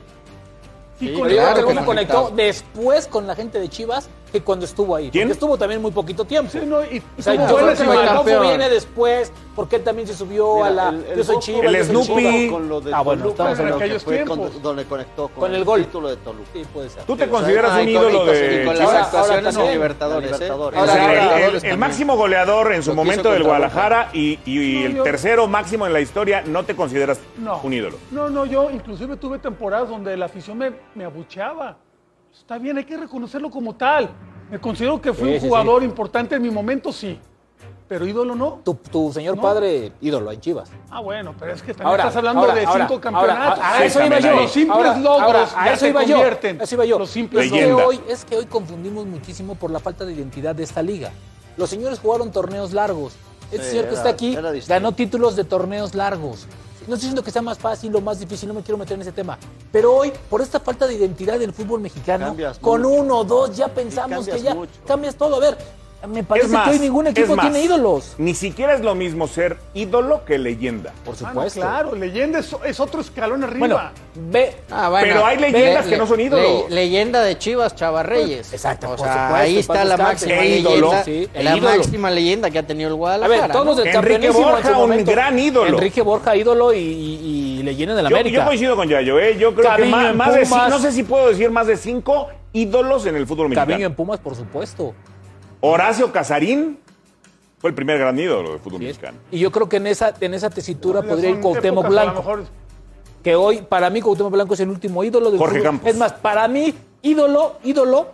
Speaker 4: Sí,
Speaker 6: Sí,
Speaker 7: Pero
Speaker 4: conectaba
Speaker 7: yo creo
Speaker 6: Claro
Speaker 7: que el
Speaker 6: que
Speaker 7: Bofo
Speaker 6: conectaba.
Speaker 7: conectó después con la gente de Chivas que cuando estuvo ahí.
Speaker 3: ¿Quién?
Speaker 7: Porque estuvo también muy poquito tiempo.
Speaker 4: Sí, no, y- y
Speaker 7: o sea,
Speaker 4: tuvo
Speaker 7: yo creo
Speaker 4: buenas
Speaker 7: que
Speaker 4: y malas.
Speaker 7: el Bofo
Speaker 6: campeón.
Speaker 7: viene después porque él también se subió a la.
Speaker 5: Mira,
Speaker 7: yo soy
Speaker 5: Boca
Speaker 7: Chivas.
Speaker 3: el
Speaker 7: yo soy
Speaker 3: Snoopy.
Speaker 5: Toluca Con lo de
Speaker 7: Ah, bueno,
Speaker 5: Toluca,
Speaker 7: estamos en
Speaker 5: creo que
Speaker 4: aquellos
Speaker 5: fue
Speaker 4: tiempos.
Speaker 5: con- donde conectó con,
Speaker 7: Con el gol.
Speaker 5: título de Toluca.
Speaker 7: Sí, puede ser.
Speaker 3: ¿Tú te
Speaker 5: Sí,
Speaker 3: consideras
Speaker 5: o sea,
Speaker 3: un
Speaker 5: ah, y
Speaker 3: ídolo
Speaker 5: con- y
Speaker 3: de
Speaker 5: con- y con
Speaker 3: Chivas?
Speaker 5: las
Speaker 7: Ahora- ahora
Speaker 5: actuaciones en
Speaker 7: también.
Speaker 5: Libertadores. ¿eh? La Libertadores.
Speaker 3: O
Speaker 6: Ahora,
Speaker 3: sea,
Speaker 6: ahora-
Speaker 3: el-
Speaker 6: ahora-
Speaker 3: el, el
Speaker 6: también.
Speaker 3: máximo goleador en su
Speaker 6: Lo
Speaker 3: momento
Speaker 6: quiso
Speaker 3: del
Speaker 6: contra
Speaker 3: Guadalajara y, y el
Speaker 4: No, yo-
Speaker 3: tercero máximo en la historia, no te consideras
Speaker 4: No.
Speaker 3: un ídolo.
Speaker 4: No, no, yo inclusive tuve temporadas donde la afición me, me abucheaba. Está bien, hay que reconocerlo como tal. Me considero que fui
Speaker 7: Sí,
Speaker 4: un
Speaker 7: sí,
Speaker 4: jugador importante en mi momento, sí. Pero ídolo no.
Speaker 7: Tu, tu señor
Speaker 4: No.
Speaker 7: padre, ídolo en Chivas.
Speaker 4: Ah, bueno, pero es que también
Speaker 7: Ahora,
Speaker 4: estás hablando
Speaker 7: ahora,
Speaker 4: de
Speaker 7: ahora,
Speaker 4: cinco
Speaker 7: ahora, ah,
Speaker 4: campeonatos.
Speaker 7: a- a
Speaker 3: Sí,
Speaker 7: eso iba
Speaker 3: también
Speaker 7: yo.
Speaker 3: ahí.
Speaker 4: Los simples
Speaker 7: Ahora,
Speaker 4: logros
Speaker 7: ahora, a
Speaker 4: ya
Speaker 7: eso
Speaker 4: se
Speaker 7: iba yo,
Speaker 4: convierten.
Speaker 7: a eso iba yo.
Speaker 4: Los simples
Speaker 7: es, que
Speaker 3: Leyenda.
Speaker 7: hoy, es que hoy confundimos muchísimo por la falta de identidad de esta liga. Los señores jugaron torneos largos. Este
Speaker 5: Sí,
Speaker 7: señor que
Speaker 5: era-
Speaker 7: está aquí
Speaker 5: era distinto.
Speaker 7: ganó títulos de torneos largos. No estoy diciendo que sea más fácil o más difícil, no me quiero meter en ese tema. Pero hoy, por esta falta de identidad del fútbol mexicano,
Speaker 5: Cambias
Speaker 7: con
Speaker 5: mucho.
Speaker 7: uno o dos ya pensamos
Speaker 5: cambias
Speaker 7: que ya
Speaker 5: mucho.
Speaker 7: cambias todo. A ver, me parece
Speaker 3: Es más,
Speaker 7: que hoy ningún
Speaker 3: es
Speaker 7: equipo
Speaker 3: más,
Speaker 7: tiene ídolos.
Speaker 3: Ni siquiera es lo mismo ser ídolo que leyenda.
Speaker 7: Por
Speaker 4: Ah, no,
Speaker 7: supuesto.
Speaker 4: claro, leyenda es, es otro escalón arriba.
Speaker 7: Bueno, ve,
Speaker 6: Ah, bueno.
Speaker 3: Pero hay leyendas
Speaker 6: Le-
Speaker 3: que no son
Speaker 6: le-
Speaker 3: ídolos.
Speaker 6: le- leyenda de Chivas, Chava Reyes.
Speaker 7: exacto,
Speaker 6: O
Speaker 7: por
Speaker 6: sea,
Speaker 7: supuesto,
Speaker 6: ahí
Speaker 7: paz
Speaker 6: está la
Speaker 7: descanse.
Speaker 6: máxima
Speaker 3: E ídolo,
Speaker 6: leyenda.
Speaker 7: sí, e
Speaker 6: la
Speaker 7: ídolo.
Speaker 6: máxima leyenda que ha tenido el
Speaker 7: A ver,
Speaker 6: Guadalajara.
Speaker 7: todos
Speaker 6: ¿no?
Speaker 7: del
Speaker 3: Enrique
Speaker 7: campeonísimo en su
Speaker 3: Borja, un
Speaker 7: momento.
Speaker 3: gran ídolo.
Speaker 7: Enrique Borja, ídolo y, y- y leyenda del
Speaker 3: Yo,
Speaker 7: América.
Speaker 3: yo coincido con Yayo, ¿eh? Yo creo que
Speaker 7: Caviño
Speaker 3: más,
Speaker 7: en
Speaker 3: más de cinco,
Speaker 7: Pumas.
Speaker 3: no sé si puedo decir más de cinco ídolos en el fútbol mexicano.
Speaker 7: Caviño en Pumas, por supuesto.
Speaker 3: Horacio Casarín fue el primer gran ídolo del fútbol
Speaker 7: Sí es.
Speaker 3: mexicano.
Speaker 7: Y yo creo que en esa, en esa tesitura podría ir
Speaker 4: Son
Speaker 7: Cuauhtémoc
Speaker 4: épocas, a lo
Speaker 7: Blanco.
Speaker 4: mejor-
Speaker 7: Que hoy, para mí, Cuauhtémoc Blanco es el último ídolo del
Speaker 3: Jorge
Speaker 7: fútbol.
Speaker 3: Campos.
Speaker 7: Es más, para mí, ídolo, ídolo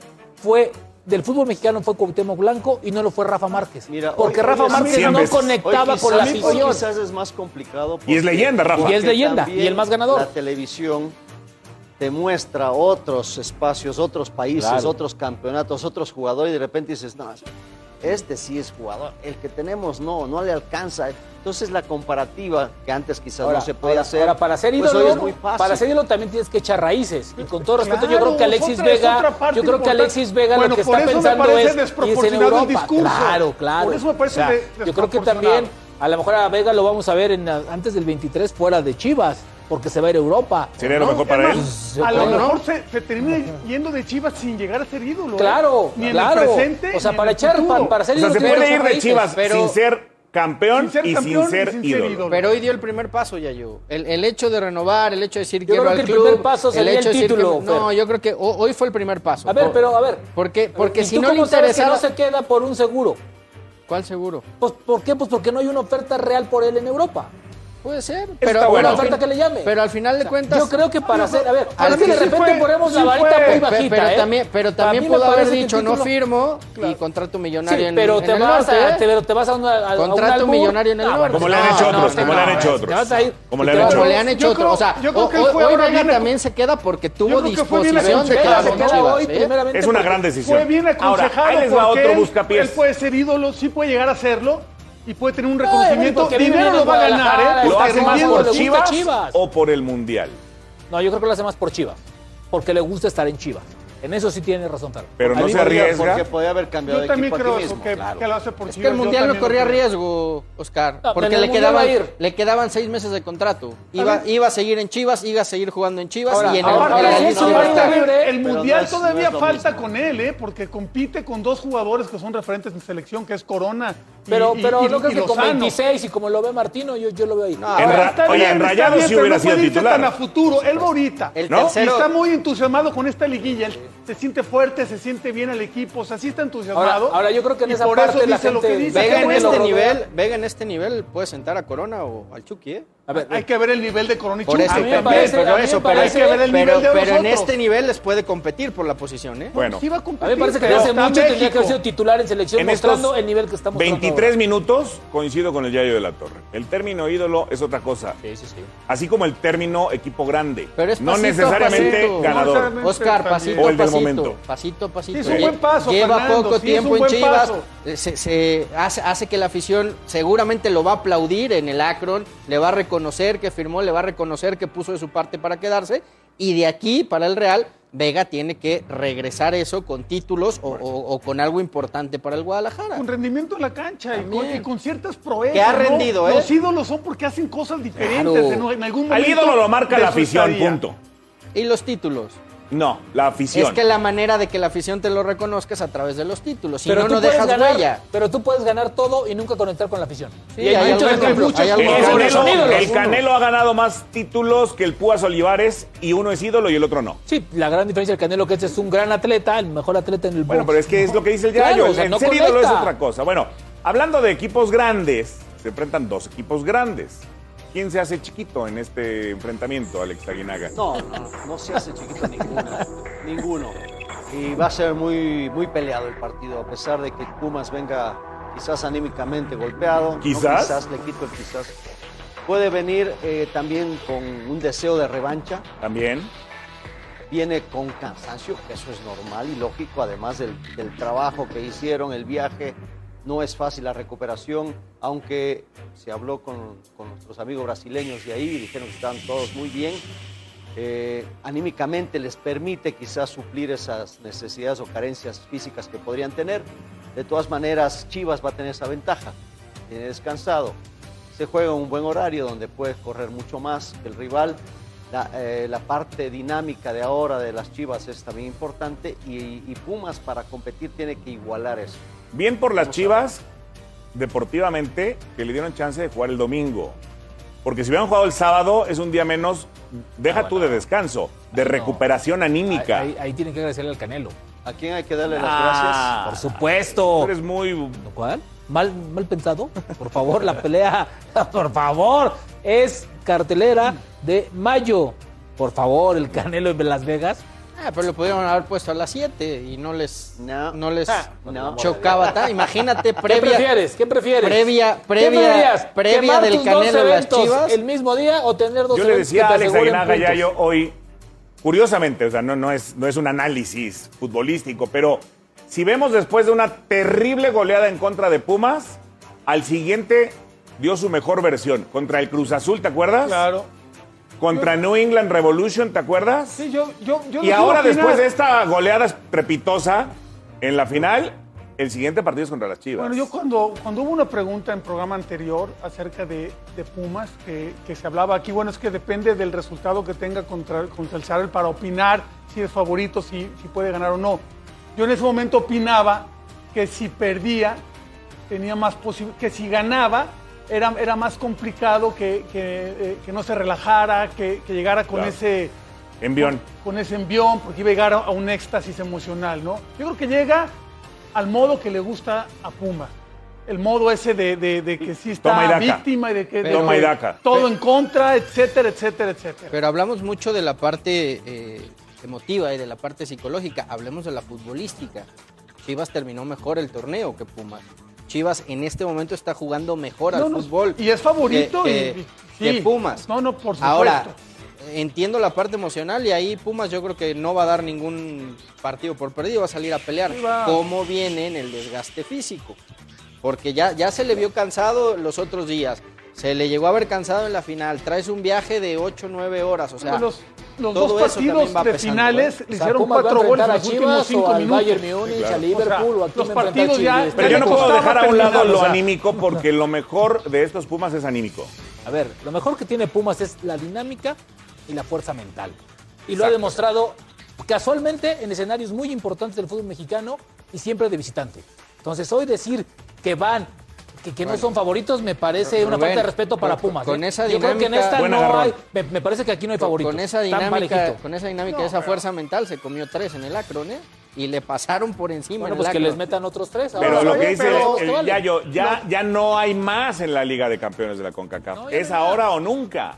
Speaker 7: fue del fútbol mexicano fue Cuauhtémoc Blanco y no lo fue Rafa Márquez.
Speaker 5: Mira, hoy-
Speaker 7: porque
Speaker 5: hoy
Speaker 7: Rafa
Speaker 5: es-
Speaker 7: Márquez
Speaker 3: Cien
Speaker 7: no
Speaker 3: veces.
Speaker 7: conectaba
Speaker 5: Hoy
Speaker 7: con la
Speaker 5: quizás- hoy
Speaker 7: afición.
Speaker 5: pues quizás es más complicado.
Speaker 3: Y es
Speaker 5: porque-
Speaker 3: leyenda, Rafa.
Speaker 7: Y es
Speaker 5: porque
Speaker 7: leyenda, y el más ganador.
Speaker 5: La televisión te muestra otros espacios, otros países,
Speaker 7: Claro.
Speaker 5: otros campeonatos, otros jugadores, y de repente dices, no, este sí es jugador, el que tenemos no, no le alcanza. Entonces la comparativa, que antes quizás
Speaker 7: Ahora,
Speaker 5: no se podía
Speaker 7: ahora-
Speaker 5: hacer,
Speaker 7: ahora, para ser
Speaker 5: pues
Speaker 7: ídolo,
Speaker 5: hoy es muy fácil.
Speaker 7: para ser ídolo también tienes que echar raíces. Y con todo respeto, yo
Speaker 4: Claro,
Speaker 7: creo que Alexis
Speaker 4: es otra- es
Speaker 7: Vega,
Speaker 4: otra parte
Speaker 7: yo creo que
Speaker 4: importante.
Speaker 7: Alexis Vega
Speaker 4: Bueno,
Speaker 7: lo que
Speaker 4: por
Speaker 7: está
Speaker 4: eso me
Speaker 7: pensando
Speaker 4: parece
Speaker 7: es irse en
Speaker 4: desproporcionado el
Speaker 7: Europa.
Speaker 4: discurso.
Speaker 7: Claro, claro.
Speaker 4: Por eso me parece de-
Speaker 7: yo creo que también a lo mejor a Vega lo vamos a ver en, antes del 23 fuera de Chivas, porque se va a ir a Europa.
Speaker 3: Sería lo mejor para él.
Speaker 4: Además,
Speaker 7: él.
Speaker 4: A lo
Speaker 7: Yo creo,
Speaker 4: mejor se, se termina yendo de Chivas sin llegar a ser ídolo. ¿eh?
Speaker 7: Claro,
Speaker 4: Ni en
Speaker 7: claro.
Speaker 4: el presente.
Speaker 7: o sea,
Speaker 4: ni en
Speaker 7: para
Speaker 4: el
Speaker 7: echar
Speaker 4: futuro.
Speaker 7: para, para ser
Speaker 3: O sea, se
Speaker 7: ídolo tienes que
Speaker 3: puede ir
Speaker 7: echar
Speaker 3: de
Speaker 7: raíces.
Speaker 3: Chivas
Speaker 6: pero-
Speaker 3: sin ser campeón,
Speaker 4: Sin ser
Speaker 3: y sin
Speaker 4: campeón y
Speaker 3: ser,
Speaker 4: sin ser
Speaker 3: ídolo.
Speaker 4: ídolo.
Speaker 6: Pero hoy dio el primer paso, Yayo. El, el hecho de renovar, el hecho de decir quiero
Speaker 7: creo
Speaker 6: al
Speaker 7: que el
Speaker 6: club,
Speaker 7: primer paso sería el
Speaker 6: hecho de decir
Speaker 7: título,
Speaker 6: que- no,
Speaker 7: Fer.
Speaker 6: yo creo que ho- hoy fue el primer paso.
Speaker 7: A ver,
Speaker 6: Por-
Speaker 7: pero a ver.
Speaker 6: ¿Por qué? Porque
Speaker 7: ¿Y
Speaker 6: si
Speaker 7: tú
Speaker 6: no le
Speaker 7: cómo sabes
Speaker 6: interesara-
Speaker 7: que no se queda por un seguro.
Speaker 6: ¿Cuál seguro?
Speaker 7: Pues, ¿Por qué? Pues porque no hay una oferta real por él en Europa.
Speaker 6: Puede ser,
Speaker 3: Está
Speaker 6: pero
Speaker 3: buena
Speaker 6: bueno,
Speaker 7: Una oferta que le llame.
Speaker 6: Pero al final de cuentas
Speaker 7: Yo creo que para hacer, a ver,
Speaker 4: Para
Speaker 7: es que
Speaker 4: mí
Speaker 7: de
Speaker 4: sí
Speaker 7: repente
Speaker 4: fue,
Speaker 7: ponemos la
Speaker 4: sí
Speaker 7: varita
Speaker 4: fue.
Speaker 7: muy
Speaker 4: Pe-
Speaker 6: Pe-
Speaker 7: bajita,
Speaker 6: pero
Speaker 7: ¿eh?
Speaker 6: también, pero
Speaker 7: Para
Speaker 6: también
Speaker 7: mí me
Speaker 6: pudo haber
Speaker 7: parece que el
Speaker 6: dicho no
Speaker 7: título-
Speaker 6: firmo y
Speaker 7: Claro.
Speaker 6: contrato
Speaker 7: Sí,
Speaker 6: millonario en,
Speaker 7: pero
Speaker 6: en
Speaker 7: te
Speaker 6: el
Speaker 7: vas
Speaker 6: norte,
Speaker 7: a,
Speaker 6: ¿eh?
Speaker 7: te, pero te vas a, una, a- a un
Speaker 6: Contrato
Speaker 7: albur.
Speaker 6: millonario en el norte.
Speaker 3: Como le han hecho otros, como le han hecho
Speaker 7: te
Speaker 3: otros.
Speaker 7: vas a ir
Speaker 3: Como
Speaker 7: y
Speaker 3: le
Speaker 7: te
Speaker 3: han
Speaker 7: vas
Speaker 3: hecho
Speaker 7: a-
Speaker 6: Como
Speaker 3: otros.
Speaker 6: le han hecho
Speaker 4: Yo
Speaker 6: otro.
Speaker 4: creo-
Speaker 6: o sea,
Speaker 4: yo creo que
Speaker 6: hoy-
Speaker 4: él fue
Speaker 6: hoy
Speaker 4: ahora
Speaker 6: Vega
Speaker 4: bien-
Speaker 6: también se queda porque tuvo
Speaker 4: creo que fue bien
Speaker 6: disposición de
Speaker 4: aconsejado,
Speaker 6: quedarse
Speaker 7: Se
Speaker 6: con
Speaker 4: ¿no?
Speaker 7: queda
Speaker 6: Chivas,
Speaker 7: hoy
Speaker 6: ¿eh?
Speaker 7: primeramente
Speaker 3: Es una
Speaker 7: porque-
Speaker 3: gran decisión.
Speaker 4: Fue bien aconsejado.
Speaker 3: Ahora, ahí les va
Speaker 4: porque
Speaker 3: otro
Speaker 4: él-
Speaker 3: buscapiés.
Speaker 4: Él puede ser ídolo, sí puede llegar a serlo y puede tener un
Speaker 7: Ay,
Speaker 4: reconocimiento.
Speaker 7: porque vive
Speaker 4: Dinero
Speaker 7: en
Speaker 4: lo va a
Speaker 7: Guadalajara,
Speaker 4: ganar, ¿eh?
Speaker 3: ¿Lo
Speaker 7: Está
Speaker 3: hace más
Speaker 7: rindiendo, le
Speaker 3: por
Speaker 7: gusta
Speaker 3: Chivas,
Speaker 7: Chivas.
Speaker 3: o por el Mundial?
Speaker 7: No, yo creo que lo hace más por Chivas, porque le gusta estar en Chivas. En eso sí tiene razón, Carlos.
Speaker 3: Pero
Speaker 7: A
Speaker 3: no
Speaker 7: mí
Speaker 3: se
Speaker 7: me-
Speaker 3: arriesga.
Speaker 5: Porque podía haber cambiado
Speaker 4: Yo
Speaker 5: de
Speaker 4: también
Speaker 5: equipo
Speaker 4: creo
Speaker 5: aquí
Speaker 4: eso,
Speaker 5: mismo.
Speaker 4: que, que lo hace por
Speaker 6: Es que
Speaker 4: Chivas,
Speaker 6: el
Speaker 4: yo
Speaker 6: mundial no
Speaker 4: también lo
Speaker 6: corría
Speaker 4: creo.
Speaker 6: riesgo, Oscar,
Speaker 7: No,
Speaker 6: porque
Speaker 7: pero
Speaker 6: le
Speaker 7: el Mundial va
Speaker 6: quedaban,
Speaker 7: a ir.
Speaker 6: le quedaban seis meses de contrato. Iba,
Speaker 4: ver.
Speaker 6: iba a seguir en Chivas, iba a seguir jugando en Chivas
Speaker 7: Ahora,
Speaker 6: y en
Speaker 7: ahora,
Speaker 6: el
Speaker 7: ahora
Speaker 6: en
Speaker 7: sí,
Speaker 6: el-
Speaker 7: eso
Speaker 4: Eso
Speaker 7: ya
Speaker 4: va a
Speaker 7: está
Speaker 4: estar-
Speaker 7: libre.
Speaker 4: El
Speaker 5: Pero
Speaker 4: mundial
Speaker 5: no es-
Speaker 4: todavía
Speaker 5: no es lo
Speaker 4: falta
Speaker 5: mismo.
Speaker 4: con él, ¿eh? Porque compite con dos jugadores que son referentes en selección, que es Corona. y-
Speaker 7: Pero,
Speaker 4: y-
Speaker 7: pero
Speaker 4: y-
Speaker 7: no creo
Speaker 4: y
Speaker 7: que con
Speaker 4: Lozano.
Speaker 7: 26 y como lo ve Martino, yo, yo lo veo ahí.
Speaker 6: No,
Speaker 3: En
Speaker 4: Ahora,
Speaker 3: Ra-
Speaker 4: está
Speaker 3: Oye,
Speaker 4: bien,
Speaker 3: en
Speaker 4: está
Speaker 3: Rayados
Speaker 4: bien,
Speaker 3: sí
Speaker 4: pero
Speaker 3: hubiera
Speaker 4: no
Speaker 3: sido
Speaker 4: puede irse
Speaker 3: titular.
Speaker 4: tan a futuro, él va ahorita.
Speaker 6: El
Speaker 3: ¿No?
Speaker 4: Y
Speaker 6: tercero.
Speaker 4: está muy entusiasmado con esta liguilla. él se siente fuerte, se siente bien el equipo. O sea, sí está entusiasmado.
Speaker 7: Ahora- ahora yo creo que en
Speaker 4: y
Speaker 7: esa
Speaker 4: por
Speaker 7: parte
Speaker 4: eso
Speaker 7: la
Speaker 4: dice lo que
Speaker 7: gente-
Speaker 4: dice.
Speaker 6: Vega
Speaker 4: qué
Speaker 6: en
Speaker 4: bueno.
Speaker 6: este
Speaker 7: Rodea.
Speaker 6: nivel, Vega en este nivel puede sentar a Corona o al Chucky, ¿eh?
Speaker 7: A ver,
Speaker 4: Hay que ver el nivel de Corona y
Speaker 6: Por
Speaker 4: Chucky.
Speaker 6: eso
Speaker 7: a mí me
Speaker 6: también,
Speaker 7: parece- a
Speaker 6: pero
Speaker 7: mí me
Speaker 6: eso, pero,
Speaker 7: parece-
Speaker 4: hay que ver el
Speaker 6: pero-
Speaker 4: nivel de
Speaker 6: pero en
Speaker 4: nosotros.
Speaker 6: este nivel les puede competir por la posición, ¿eh?
Speaker 3: Bueno,
Speaker 4: Sí va a competir,
Speaker 7: A mí me parece que
Speaker 4: pero
Speaker 7: desde hace
Speaker 4: está
Speaker 7: mucho tendría que
Speaker 4: México.
Speaker 7: haber sido titular en selección
Speaker 3: en
Speaker 7: mostrando
Speaker 3: estos
Speaker 7: el nivel que estamos
Speaker 3: 23 minutos coincido con el Yayo de la Torre. El término ídolo es otra cosa.
Speaker 7: Sí, sí, sí.
Speaker 3: Así como el término equipo grande.
Speaker 6: Pero es
Speaker 3: no
Speaker 6: pasito a
Speaker 3: necesariamente
Speaker 6: pasito.
Speaker 3: ganador.
Speaker 4: No, o sea,
Speaker 6: Oscar,
Speaker 4: También.
Speaker 6: pasito
Speaker 3: O
Speaker 6: a
Speaker 3: el del
Speaker 6: pasito,
Speaker 3: momento.
Speaker 6: pasito a pasito. eh.
Speaker 4: Sí, es un buen paso,
Speaker 6: Lleva
Speaker 4: Fernando,
Speaker 6: poco
Speaker 4: sí, es
Speaker 6: tiempo
Speaker 4: un
Speaker 6: en
Speaker 4: buen
Speaker 6: Chivas,
Speaker 4: paso.
Speaker 6: eh, se, se hace, hace que la afición seguramente lo va a aplaudir en el Akron, le va a reconocer que firmó, le va a reconocer que puso de su parte para quedarse y de aquí para el Real Vega tiene que regresar eso con títulos o, o- o con algo importante para el Guadalajara.
Speaker 4: Con rendimiento en la cancha y con,
Speaker 6: También.
Speaker 4: y con ciertas proezas.
Speaker 6: Que ha
Speaker 4: ¿no?
Speaker 6: rendido, ¿eh?
Speaker 4: Los ídolos son porque hacen cosas diferentes
Speaker 6: Claro.
Speaker 4: en, en algún momento.
Speaker 3: Al ídolo lo marca
Speaker 4: de
Speaker 3: la
Speaker 4: su
Speaker 3: afición,
Speaker 4: estadía.
Speaker 3: punto.
Speaker 6: Y los títulos.
Speaker 3: No, la afición.
Speaker 6: Es que la manera de que la afición te lo reconozca es a través de los títulos. Si no,
Speaker 7: tú
Speaker 6: no
Speaker 7: puedes
Speaker 6: dejas
Speaker 7: ganar,
Speaker 6: huella.
Speaker 7: Pero tú puedes ganar todo y nunca conectar con la afición.
Speaker 6: Sí,
Speaker 7: Y hay
Speaker 6: hay
Speaker 7: muchos
Speaker 6: algunos,
Speaker 7: ejemplos.
Speaker 6: hay
Speaker 3: El
Speaker 6: algunos.
Speaker 7: Son
Speaker 3: Canelo-
Speaker 7: ídolos.
Speaker 3: el Canelo ha ganado más títulos que el Púas Olivares y uno es ídolo y el otro no.
Speaker 7: Sí, la gran diferencia del Canelo que este es un gran atleta, el mejor atleta en el
Speaker 3: Bueno,
Speaker 7: box.
Speaker 3: pero es que es lo que dice el
Speaker 7: Claro,
Speaker 3: Yayo.
Speaker 7: o sea,
Speaker 3: el
Speaker 7: no
Speaker 3: ser ídolo es
Speaker 7: conecta.
Speaker 3: otra cosa. Bueno, hablando de equipos grandes, se enfrentan dos equipos grandes. ¿Quién se hace chiquito en este enfrentamiento, Alex Aguinaga?
Speaker 5: No, no, no se hace chiquito ninguno. ninguno. Y va a ser muy, muy peleado el partido, a pesar de que Pumas venga quizás anímicamente golpeado. no
Speaker 3: ¿Quizás?
Speaker 5: quizás, le quito el quizás. Puede venir eh, también con un deseo de revancha.
Speaker 3: También.
Speaker 5: Viene con cansancio, que eso es normal y lógico, además del, del trabajo que hicieron, el viaje. No es fácil la recuperación, aunque se habló con, con nuestros amigos brasileños de ahí y dijeron que estaban todos muy bien. Eh, anímicamente les permite quizás suplir esas necesidades o carencias físicas que podrían tener. De todas maneras, Chivas va a tener esa ventaja. Tiene descansado. Se juega en un buen horario donde puedes correr mucho más que el rival. La, eh, la parte dinámica de ahora de las Chivas es también importante y, y Pumas para competir tiene que igualar eso.
Speaker 3: Bien por las Chivas, deportivamente, que le dieron chance de jugar el domingo. Porque si hubieran jugado el sábado, es un día menos, deja
Speaker 7: Ah,
Speaker 3: tú de descanso, de recuperación anímica.
Speaker 7: ahí, ahí- ahí tienen que agradecerle al Canelo.
Speaker 5: ¿A quién hay que darle las gracias?
Speaker 3: Ah,
Speaker 7: Por supuesto.
Speaker 3: tú eres muy...
Speaker 7: ¿Lo cual? Mal, mal pensado. Por favor, la pelea. Por favor. Es cartelera de mayo. Por favor, el Canelo en Las Vegas.
Speaker 6: Ah, pero lo pudieron haber puesto a las 7 y no les,
Speaker 5: No.
Speaker 6: no. les
Speaker 5: Ah, no.
Speaker 6: chocaba. tan- Imagínate,
Speaker 7: ¿Qué
Speaker 6: previa.
Speaker 7: prefieres? ¿Qué prefieres?
Speaker 6: Previa,
Speaker 7: ¿Qué
Speaker 6: previa,
Speaker 7: preferirías?
Speaker 6: previa
Speaker 7: ¿Quemar
Speaker 6: del
Speaker 7: tus dos
Speaker 6: Canelo de las
Speaker 7: eventos
Speaker 6: Chivas.
Speaker 7: ¿El mismo día o tener dos
Speaker 3: Yo le
Speaker 7: eventos
Speaker 3: decía
Speaker 7: que
Speaker 3: a
Speaker 7: te
Speaker 3: Alex
Speaker 7: aseguren
Speaker 3: Aguinaga
Speaker 7: puntos?
Speaker 3: Yayo hoy, curiosamente, o sea, no, no, es, no es un análisis futbolístico, pero si vemos después de una terrible goleada en contra de Pumas, al siguiente dio su mejor versión. Contra el Cruz Azul, ¿te acuerdas?
Speaker 4: Claro.
Speaker 3: Contra New England Revolution, ¿te acuerdas?
Speaker 4: Sí, yo, yo, yo no
Speaker 3: y
Speaker 4: quiero
Speaker 3: ahora,
Speaker 4: opinar.
Speaker 3: después de esta goleada estrepitosa en la final, el siguiente partido es contra las Chivas.
Speaker 4: Bueno, yo cuando, cuando hubo una pregunta en programa anterior acerca de, de Pumas, que, que se hablaba aquí, bueno, es que depende del resultado que tenga contra, contra el Seattle para opinar si es favorito, si, si puede ganar o no. Yo en ese momento opinaba que si perdía, tenía más posibilidad, que si ganaba, era, era más complicado que, que, eh, que no se relajara, que, que llegara con
Speaker 3: Claro.
Speaker 4: ese
Speaker 3: Envión.
Speaker 4: con ese envión, porque iba a llegar a- a un éxtasis emocional, ¿no? Yo creo que llega al modo que le gusta a Puma. El modo ese de, de- de que sí está
Speaker 3: Toma y daca.
Speaker 4: víctima y de que de
Speaker 6: Toma
Speaker 4: que
Speaker 3: y daca.
Speaker 4: todo en contra, etcétera, etcétera, etcétera.
Speaker 6: Pero hablamos mucho de la parte eh, emotiva y de la parte psicológica. Hablemos de la futbolística. Chivas terminó mejor el torneo que Pumas. Chivas en este momento está jugando mejor
Speaker 4: No,
Speaker 6: al
Speaker 4: no,
Speaker 6: fútbol.
Speaker 4: y es favorito
Speaker 6: que-
Speaker 4: y- y-
Speaker 6: que-
Speaker 4: sí.
Speaker 6: que Pumas.
Speaker 4: No, no, por supuesto.
Speaker 6: Ahora, entiendo la parte emocional y ahí Pumas yo creo que no va a dar ningún partido por perdido, va a salir a pelear.
Speaker 4: Sí, va.
Speaker 6: ¿Cómo viene en el desgaste físico? Porque ya, ya se le vio cansado los otros días. Se le llegó a ver cansado en la final. Traes un viaje de 8 9 horas. O sea,
Speaker 4: los los
Speaker 6: todo
Speaker 4: dos
Speaker 6: eso también
Speaker 4: partidos
Speaker 6: va
Speaker 4: de
Speaker 6: pesando,
Speaker 4: finales le
Speaker 6: ¿eh?
Speaker 7: O sea,
Speaker 4: hicieron
Speaker 7: Pumas va a
Speaker 4: cuatro goles
Speaker 7: enfrentar
Speaker 4: en
Speaker 7: a
Speaker 4: los últimos
Speaker 7: Chivas o
Speaker 4: cinco
Speaker 7: al
Speaker 4: minutos.
Speaker 7: Bayern Múnich,
Speaker 3: claro.
Speaker 7: al Liverpool
Speaker 4: O sea,
Speaker 7: o
Speaker 4: los
Speaker 7: a quién va a enfrentar
Speaker 4: partidos ya-
Speaker 7: Chivas.
Speaker 3: Pero yo no puedo
Speaker 4: costaba
Speaker 3: dejar a un lado
Speaker 4: terminar,
Speaker 3: lo
Speaker 4: o sea.
Speaker 3: anímico porque lo mejor de estos Pumas es anímico.
Speaker 7: A ver, lo mejor que tiene Pumas es la dinámica y la fuerza mental. Y lo ha
Speaker 3: Exacto.
Speaker 7: demostrado casualmente en escenarios muy importantes del fútbol mexicano y siempre de visitante. Entonces, hoy decir que van, que, que no son favoritos, me parece una
Speaker 6: Rubén,
Speaker 7: falta de respeto para
Speaker 6: con-
Speaker 7: Pumas.
Speaker 6: con
Speaker 7: ¿eh?
Speaker 6: esa
Speaker 7: Yo creo que en
Speaker 6: dinámica-
Speaker 7: esta
Speaker 3: Buen
Speaker 7: no
Speaker 3: agarrón.
Speaker 7: hay, me, me parece que aquí no hay favoritos.
Speaker 6: Con esa
Speaker 7: Tan
Speaker 6: dinámica,
Speaker 7: parejito.
Speaker 6: con esa dinámica, esa fuerza mental se comió tres en el Akron, ¿eh? Y le pasaron por encima.
Speaker 7: Bueno,
Speaker 6: en
Speaker 7: pues
Speaker 6: el
Speaker 7: que les
Speaker 6: Akron.
Speaker 7: metan otros tres.
Speaker 3: Pero
Speaker 7: Ahora,
Speaker 3: lo que dice
Speaker 7: pero-
Speaker 3: el
Speaker 7: vale.
Speaker 3: Yayo, ya, ya no hay más en la Liga de Campeones de la CONCACAF.
Speaker 7: No, ya
Speaker 3: es
Speaker 7: no hay
Speaker 3: ahora o nunca.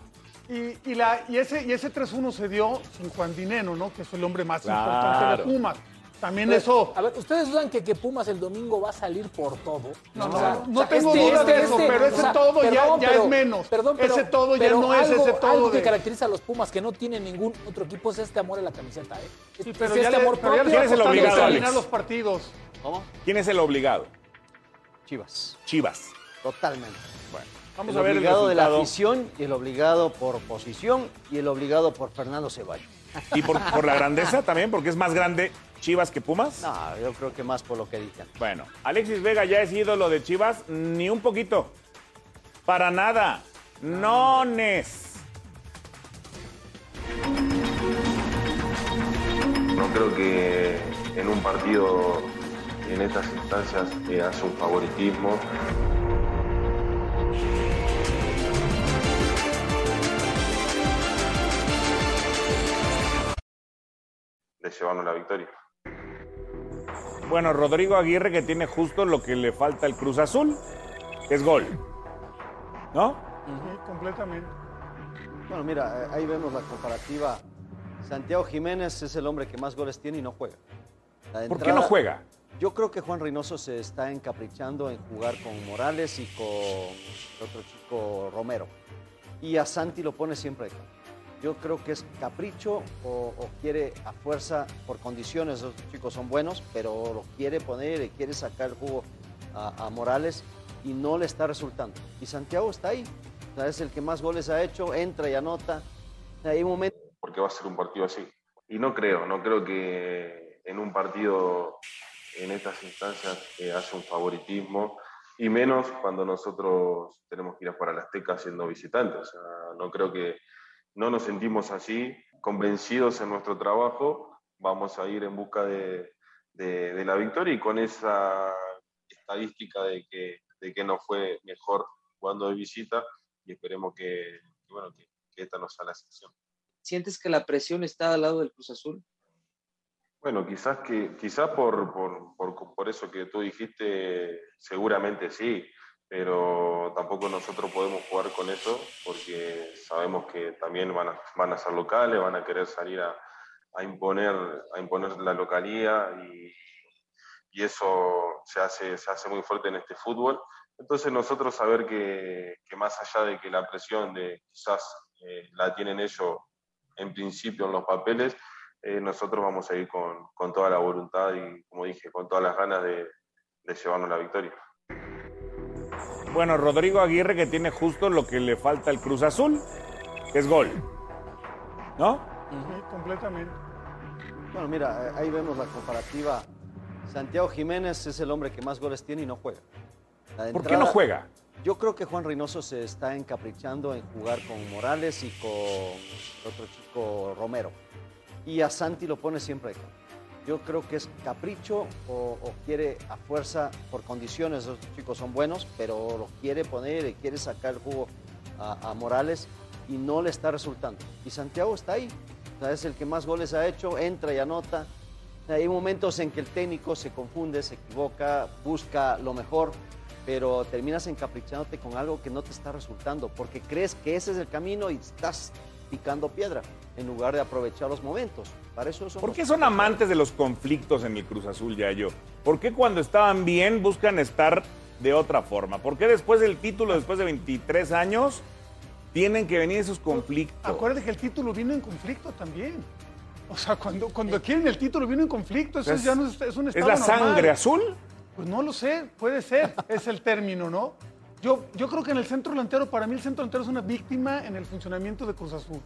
Speaker 4: Y, y la, y ese, y ese 3-1 se dio sin Juan Dineno, ¿no? Que es el hombre más
Speaker 3: Claro.
Speaker 4: importante de Pumas. También eso.
Speaker 7: A ver, ¿ustedes dudan que, que Pumas el domingo va a salir por todo?
Speaker 4: No,
Speaker 7: O
Speaker 4: no,
Speaker 7: sea, o
Speaker 4: no
Speaker 7: sea, este,
Speaker 4: tengo duda de eso, pero ese todo ya- ya es menos. Ese todo ya no es
Speaker 7: algo-
Speaker 4: ese todo
Speaker 7: Algo que
Speaker 4: de-
Speaker 7: caracteriza a los Pumas que no tiene ningún otro equipo es este amor a la camiseta. ¿eh?
Speaker 4: Sí,
Speaker 7: Es-
Speaker 4: pero
Speaker 7: es
Speaker 4: ya
Speaker 7: este
Speaker 4: le-
Speaker 7: amor
Speaker 4: pero ya
Speaker 7: propio.
Speaker 4: le
Speaker 3: ¿Quién es el
Speaker 4: está costando
Speaker 3: obligado,
Speaker 4: terminar
Speaker 3: Alex?
Speaker 4: los partidos.
Speaker 5: ¿Cómo?
Speaker 3: ¿Quién es el obligado?
Speaker 5: Chivas,
Speaker 3: Chivas.
Speaker 5: totalmente.
Speaker 3: Bueno, vamos
Speaker 5: el
Speaker 3: a ver el
Speaker 5: obligado de la
Speaker 3: resultado.
Speaker 5: afición y el obligado por posición y el obligado por Fernando Ceballos.
Speaker 3: Y por, por la grandeza también, porque es más grande Chivas que Pumas.
Speaker 5: No, yo creo que más por lo que dicen.
Speaker 3: Bueno, Alexis Vega ya es ídolo de Chivas, ni un poquito. Para nada. Nones.
Speaker 8: No creo que en un partido, en estas instancias, eh, haya un favoritismo. de llevarnos la victoria.
Speaker 3: Bueno, Rodrigo Aguirre que tiene justo lo que le falta al Cruz Azul, que es gol. ¿No?
Speaker 4: Sí, completamente.
Speaker 5: Bueno, mira, eh, ahí vemos la comparativa. Santiago Jiménez es el hombre que más goles tiene y no juega. La
Speaker 3: ¿Por qué no
Speaker 5: entrada-
Speaker 3: juega?
Speaker 5: Yo creo que Juan Reynoso se está encaprichando en jugar con Morales y con el otro chico Romero. Y a Santi lo pone siempre de cambio. Yo creo que es capricho o, o quiere a fuerza por condiciones. Los chicos son buenos, pero lo quiere poner y quiere sacar el jugo a, a Morales y no le está resultando. Y Santiago está ahí. O sea, es el que más goles ha hecho, entra y anota. Hay un momento
Speaker 8: porque va a ser un partido así. Y no creo, no creo que en un partido, en estas instancias, eh, haya un favoritismo, y menos cuando nosotros tenemos que ir a jugar a la Azteca siendo visitantes. O sea, no creo que no nos sentimos así, convencidos en nuestro trabajo, vamos a ir en busca de, de- de la victoria y con esa estadística de que, de que nos fue mejor jugando de visita y esperemos que, que, bueno, que, que esta no sea la excepción.
Speaker 9: ¿Sientes que la presión está al lado del Cruz Azul?
Speaker 8: Bueno, quizás que quizás por, por, por, por eso que tú dijiste, seguramente sí, pero tampoco nosotros podemos jugar con eso porque sabemos que también van a, van a ser locales, van a querer salir a, a imponer, a imponer la localía y, y eso se hace, se hace muy fuerte en este fútbol. Entonces nosotros saber que, que más allá de que la presión de quizás eh, la tienen ellos en principio en los papeles, eh, nosotros vamos a ir con, con toda la voluntad y, como dije, con todas las ganas de, de llevarnos la victoria.
Speaker 3: Bueno, Rodrigo Aguirre que tiene justo lo que le falta al Cruz Azul, que es gol. ¿No?
Speaker 4: Sí, completamente.
Speaker 5: Bueno, mira, eh, ahí vemos la comparativa. Santiago Jiménez es el hombre que más goles tiene y no juega. La
Speaker 3: ¿Por qué
Speaker 5: entrada-
Speaker 3: no juega?
Speaker 5: Yo creo que Juan Reynoso se está encaprichando en jugar con Morales y con el otro chico Romero. Y a Santi lo pone siempre de cambio. Yo creo que es capricho o, o quiere a fuerza por condiciones. Los chicos son buenos, pero lo quiere poner y quiere sacar el jugo a, a Morales y no le está resultando. Y Santiago está ahí. O sea, es el que más goles ha hecho, entra y anota. O sea, Hay momentos en que el técnico se confunde, se equivoca, busca lo mejor, pero terminas encaprichándote con algo que no te está resultando, porque crees que ese es el camino y estás picando piedra en lugar de aprovechar los momentos. Para eso somos
Speaker 3: ¿Por qué son amantes de los conflictos en el Cruz Azul, Yayo? ¿Por qué cuando estaban bien buscan estar de otra forma? ¿Por qué después del título, después de 23 años, tienen que venir esos conflictos?
Speaker 4: Acuérdate que el título vino en conflicto también. O sea, cuando, cuando quieren el título vino en conflicto. Eso
Speaker 3: Es-
Speaker 4: ya no es, es un
Speaker 3: ¿Es
Speaker 4: estado
Speaker 3: la
Speaker 4: normal.
Speaker 3: sangre azul?
Speaker 4: Pues no lo sé, puede ser, es el término, ¿no? Yo, yo creo que en el centro delantero, para mí el centro delantero es una víctima en el funcionamiento de Cruz Azul.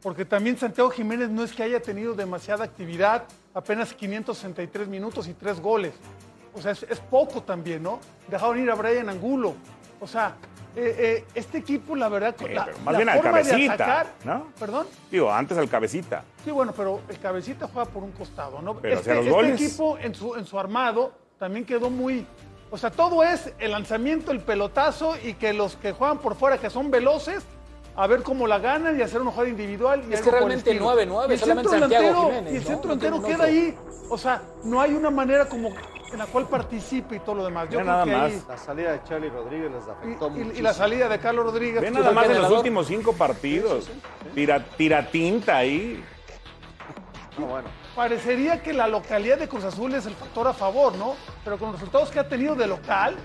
Speaker 4: Porque también Santiago Jiménez no es que haya tenido demasiada actividad, apenas 563 minutos y tres goles. O sea, es, es poco también, ¿no? Dejaron ir a Brian Angulo. O sea, eh, eh, este equipo, la verdad, con
Speaker 3: Sí,
Speaker 4: la,
Speaker 3: pero más
Speaker 4: la
Speaker 3: bien al
Speaker 4: forma de
Speaker 3: cabecita,
Speaker 4: atacar,
Speaker 3: ¿no?
Speaker 4: Perdón.
Speaker 3: Digo, antes al cabecita.
Speaker 4: Sí, bueno, pero el cabecita juega por un costado, ¿no?
Speaker 3: Pero
Speaker 4: este
Speaker 3: hacía los
Speaker 4: este
Speaker 3: goles.
Speaker 4: equipo en su, en su armado también quedó muy. O sea, todo es el lanzamiento, el pelotazo y que los que juegan por fuera, que son veloces, a ver cómo la ganan y hacer una jugada individual. Y algo
Speaker 7: Es que
Speaker 4: por el
Speaker 7: realmente
Speaker 4: estilo.
Speaker 7: 9-9,
Speaker 4: Y el
Speaker 7: solamente
Speaker 4: centro
Speaker 7: Santiago
Speaker 4: delantero-
Speaker 7: Jiménez,
Speaker 4: Y el
Speaker 7: ¿no?
Speaker 4: centro
Speaker 7: No
Speaker 4: entero
Speaker 7: tiene un
Speaker 4: queda
Speaker 7: otro.
Speaker 4: ahí. O sea, no hay una manera como en la cual participe y todo lo demás. Yo
Speaker 3: Ya
Speaker 4: creo
Speaker 3: nada
Speaker 4: que
Speaker 3: más.
Speaker 4: ahí-
Speaker 5: La salida de Charlie Rodríguez les afectó
Speaker 4: y- y- y,
Speaker 5: muchísimo.
Speaker 4: la salida de Carlos Rodríguez.
Speaker 3: Ven
Speaker 4: Yo
Speaker 3: nada
Speaker 4: creo
Speaker 3: más
Speaker 4: que
Speaker 3: en los
Speaker 4: ganador.
Speaker 3: últimos cinco partidos. Tira, tiratinta ahí.
Speaker 5: No, bueno,
Speaker 4: Parecería que la localidad de Cruz Azul es el factor a favor, ¿no? Pero con los resultados que ha tenido de local,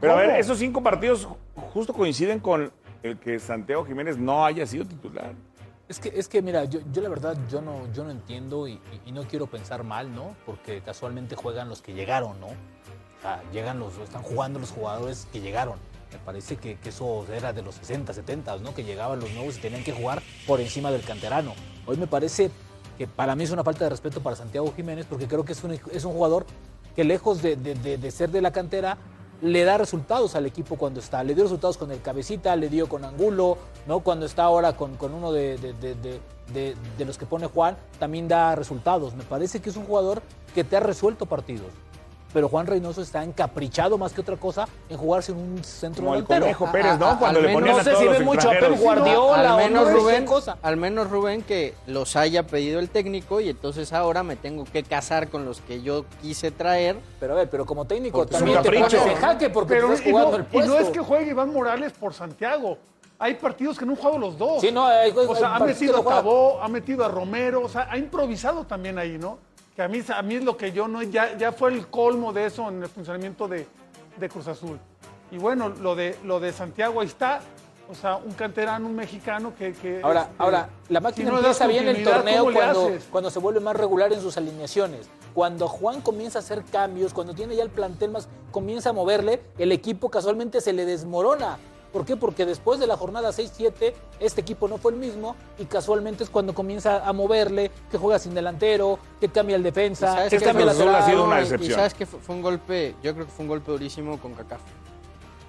Speaker 3: Pero a ver,
Speaker 4: ¿Cómo?
Speaker 3: esos cinco partidos justo coinciden con el que Santiago Jiménez no haya sido titular.
Speaker 7: Es que, es que mira, yo, yo la verdad yo no, yo no entiendo y, y- y no quiero pensar mal, ¿no? Porque casualmente juegan los que llegaron, ¿no? O sea, llegan los, están jugando los jugadores que llegaron. Me parece que, que eso era de los 60, 70, ¿no? Que llegaban los nuevos y tenían que jugar por encima del canterano. Hoy me parece que para mí es una falta de respeto para Santiago Jiménez porque creo que es un, es un jugador que lejos de, de- de- de ser de la cantera, le da resultados al equipo cuando está. Le dio resultados con el cabecita, le dio con Angulo, ¿no? Cuando está ahora con, con uno de, de- de- de- de- de los que pone Juan, también da resultados. Me parece que es un jugador que te ha resuelto partidos. Pero Juan Reynoso está encaprichado más que otra cosa en jugarse en un centro
Speaker 3: Como el
Speaker 7: delantero.
Speaker 3: Conejo Pérez, ¿no?
Speaker 7: A- a-
Speaker 3: Cuando
Speaker 7: al
Speaker 3: le ponían
Speaker 7: menos-
Speaker 3: a todos
Speaker 7: No sé si
Speaker 3: los
Speaker 7: ven mucho a Pep
Speaker 3: extranjeros.
Speaker 7: Guardiola
Speaker 6: Pues al
Speaker 7: o
Speaker 6: menos
Speaker 7: no,
Speaker 6: Rubén,
Speaker 7: esa cosa.
Speaker 6: al menos Rubén que los haya pedido el técnico y entonces ahora me tengo que casar con los que yo quise traer. Pues,
Speaker 7: Pero a ver, pero como técnico
Speaker 6: Porque es un
Speaker 7: también te pones
Speaker 3: capricho.
Speaker 7: en jaque porque
Speaker 4: Pero
Speaker 7: te
Speaker 4: y
Speaker 7: estás jugando
Speaker 4: no,
Speaker 7: el
Speaker 4: y no
Speaker 7: puesto.
Speaker 4: es que juegue Iván Morales por Santiago. Hay partidos que no han jugado los dos.
Speaker 7: Sí, no, hay-
Speaker 4: o sea,
Speaker 7: hay
Speaker 4: ha
Speaker 7: partidos que
Speaker 4: metido
Speaker 7: no
Speaker 4: a
Speaker 7: juega.
Speaker 4: Tabó, ha metido a Romero, o sea, ha improvisado también ahí, ¿no? Que a mí, a mí es lo que yo no, ya, ya fue el colmo de eso en el funcionamiento de, de Cruz Azul. Y bueno, lo de, lo de Santiago ahí está, o sea, un canterano, un mexicano que... que,
Speaker 7: Ahora,
Speaker 4: este,
Speaker 7: ahora, la
Speaker 4: si
Speaker 7: máquina
Speaker 4: no le das
Speaker 7: empieza bien el
Speaker 4: continuidad, ¿cómo
Speaker 7: torneo
Speaker 4: le
Speaker 7: cuando,
Speaker 4: haces?
Speaker 7: cuando se vuelve más regular en sus alineaciones. Cuando Juan comienza a hacer cambios, cuando tiene ya el plantel más, comienza a moverle, el equipo casualmente se le desmorona. ¿Por qué? Porque después de la jornada 6-7, este equipo no fue el mismo y casualmente es cuando comienza a moverle, que juega sin delantero, que cambia el
Speaker 6: Y
Speaker 3: Pues
Speaker 7: defensa,
Speaker 6: sabes
Speaker 7: que
Speaker 6: que
Speaker 7: cambia el
Speaker 6: Cruz Azul ha
Speaker 7: lateral.
Speaker 3: sido una
Speaker 6: No, y-
Speaker 3: excepción.
Speaker 6: Y sabes que fue fue un golpe, yo creo que fue un golpe durísimo con Kaká.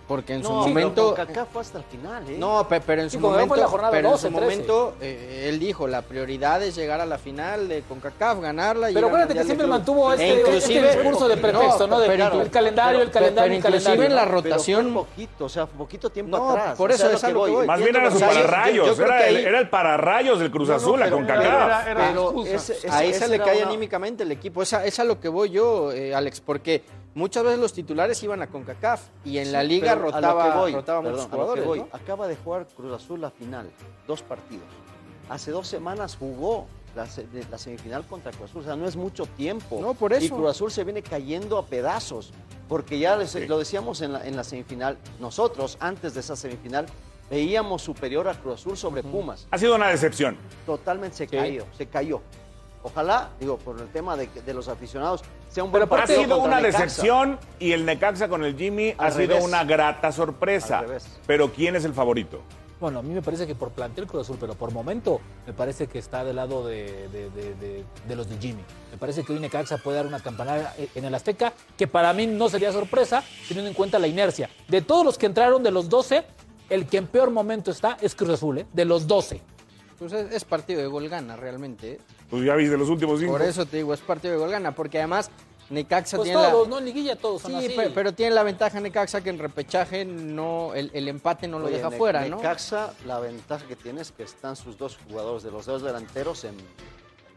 Speaker 6: Porque en su
Speaker 5: No,
Speaker 6: momento
Speaker 5: pero con Kaká fue hasta el final, ¿eh?
Speaker 6: No, pe- pero en su
Speaker 7: Sí, como fue
Speaker 6: momento,
Speaker 7: la jornada
Speaker 6: pero en
Speaker 7: 12,
Speaker 6: su
Speaker 7: 13.
Speaker 6: momento eh, él dijo, la prioridad es llegar a la final de CONCACAF, ganarla. y ir
Speaker 7: Pero
Speaker 6: al
Speaker 7: acuérdate que
Speaker 6: Mundial de
Speaker 7: siempre
Speaker 6: Clubes.
Speaker 7: mantuvo
Speaker 6: E
Speaker 7: este, este
Speaker 6: inclusive-
Speaker 7: discurso de pretexto, ¿no? De
Speaker 6: pero-
Speaker 7: el calendario, el
Speaker 6: pero-
Speaker 7: calendario, el
Speaker 6: pero inclusive
Speaker 7: calendario.
Speaker 6: en la
Speaker 5: Pero fue
Speaker 6: rotación...
Speaker 5: poquito, o sea, poquito tiempo
Speaker 6: No,
Speaker 5: atrás.
Speaker 6: por
Speaker 5: o sea,
Speaker 6: eso es a lo que voy.
Speaker 3: Más bien eran
Speaker 6: O
Speaker 3: sus
Speaker 6: sea, yo- yo- yo
Speaker 3: pararrayos.
Speaker 6: creo
Speaker 3: era,
Speaker 6: que
Speaker 3: el,
Speaker 6: ahí-
Speaker 3: era el pararrayos del Cruz
Speaker 4: No, no,
Speaker 3: Azul, la
Speaker 4: pero
Speaker 3: CONCACAF.
Speaker 4: era- era-
Speaker 6: pero
Speaker 4: excusa.
Speaker 6: ese-
Speaker 5: Esa-
Speaker 6: a esa
Speaker 5: esa
Speaker 6: le
Speaker 5: era
Speaker 6: cae
Speaker 5: una-
Speaker 6: anímicamente el equipo. Esa, es a lo que voy yo, eh, Alex, porque muchas veces los titulares iban a CONCACAF y en la liga
Speaker 5: Pero a lo
Speaker 6: rotaba,
Speaker 5: que voy,
Speaker 6: rotaba muchos
Speaker 5: perdón, a lo que
Speaker 6: jugadores.
Speaker 5: voy,
Speaker 6: ¿no?
Speaker 5: Acaba de jugar Cruz Azul la final, dos partidos. Hace dos semanas jugó la, se- de- la semifinal contra Cruz Azul, o sea, no es mucho tiempo.
Speaker 6: No, por eso.
Speaker 5: Y Cruz Azul se viene cayendo a pedazos, porque ya les- lo decíamos en la, en la semifinal, nosotros antes de esa semifinal veíamos superior a Cruz Azul sobre Pumas
Speaker 3: Ha sido una decepción.
Speaker 5: totalmente se
Speaker 6: Sí.
Speaker 5: cayó, se cayó. Ojalá, digo, por el tema de, que- de los aficionados, sea un buen
Speaker 7: Pero
Speaker 3: Ha
Speaker 5: partido.
Speaker 3: sido
Speaker 5: contra
Speaker 3: una
Speaker 5: Necaxa.
Speaker 3: decepción y el Necaxa con el Jimmy ha
Speaker 5: Al
Speaker 3: sido
Speaker 5: revés.
Speaker 3: una grata sorpresa.
Speaker 5: Al revés.
Speaker 3: Pero ¿quién es el favorito?
Speaker 7: Bueno, a mí me parece que por plantel Cruz Azul, pero por momento me parece que está del lado de, de- de- de- de los de Jimmy. Me parece que hoy Necaxa puede dar una campanada en el Azteca, que para mí no sería sorpresa, teniendo en cuenta la inercia. De todos los que entraron, de los 12, el que en peor momento está es Cruz Azul, ¿eh? de los 12.
Speaker 6: Pues es, es partido de gol gana realmente. ¿eh?
Speaker 3: Pues ya viste los últimos cinco.
Speaker 6: Por eso te digo, es partido de gol gana, porque además Necaxa
Speaker 7: Pues
Speaker 6: tiene
Speaker 7: todos,
Speaker 6: la...
Speaker 7: ¿no? En liguilla todos son
Speaker 6: Sí,
Speaker 7: así.
Speaker 6: pe- pero, tiene la ventaja Necaxa que en repechaje no el, el empate no lo
Speaker 5: Oye,
Speaker 6: deja
Speaker 5: Ne-
Speaker 6: fuera, ¿no?
Speaker 5: Necaxa, la ventaja que tiene es que están sus dos jugadores de los dos delanteros en.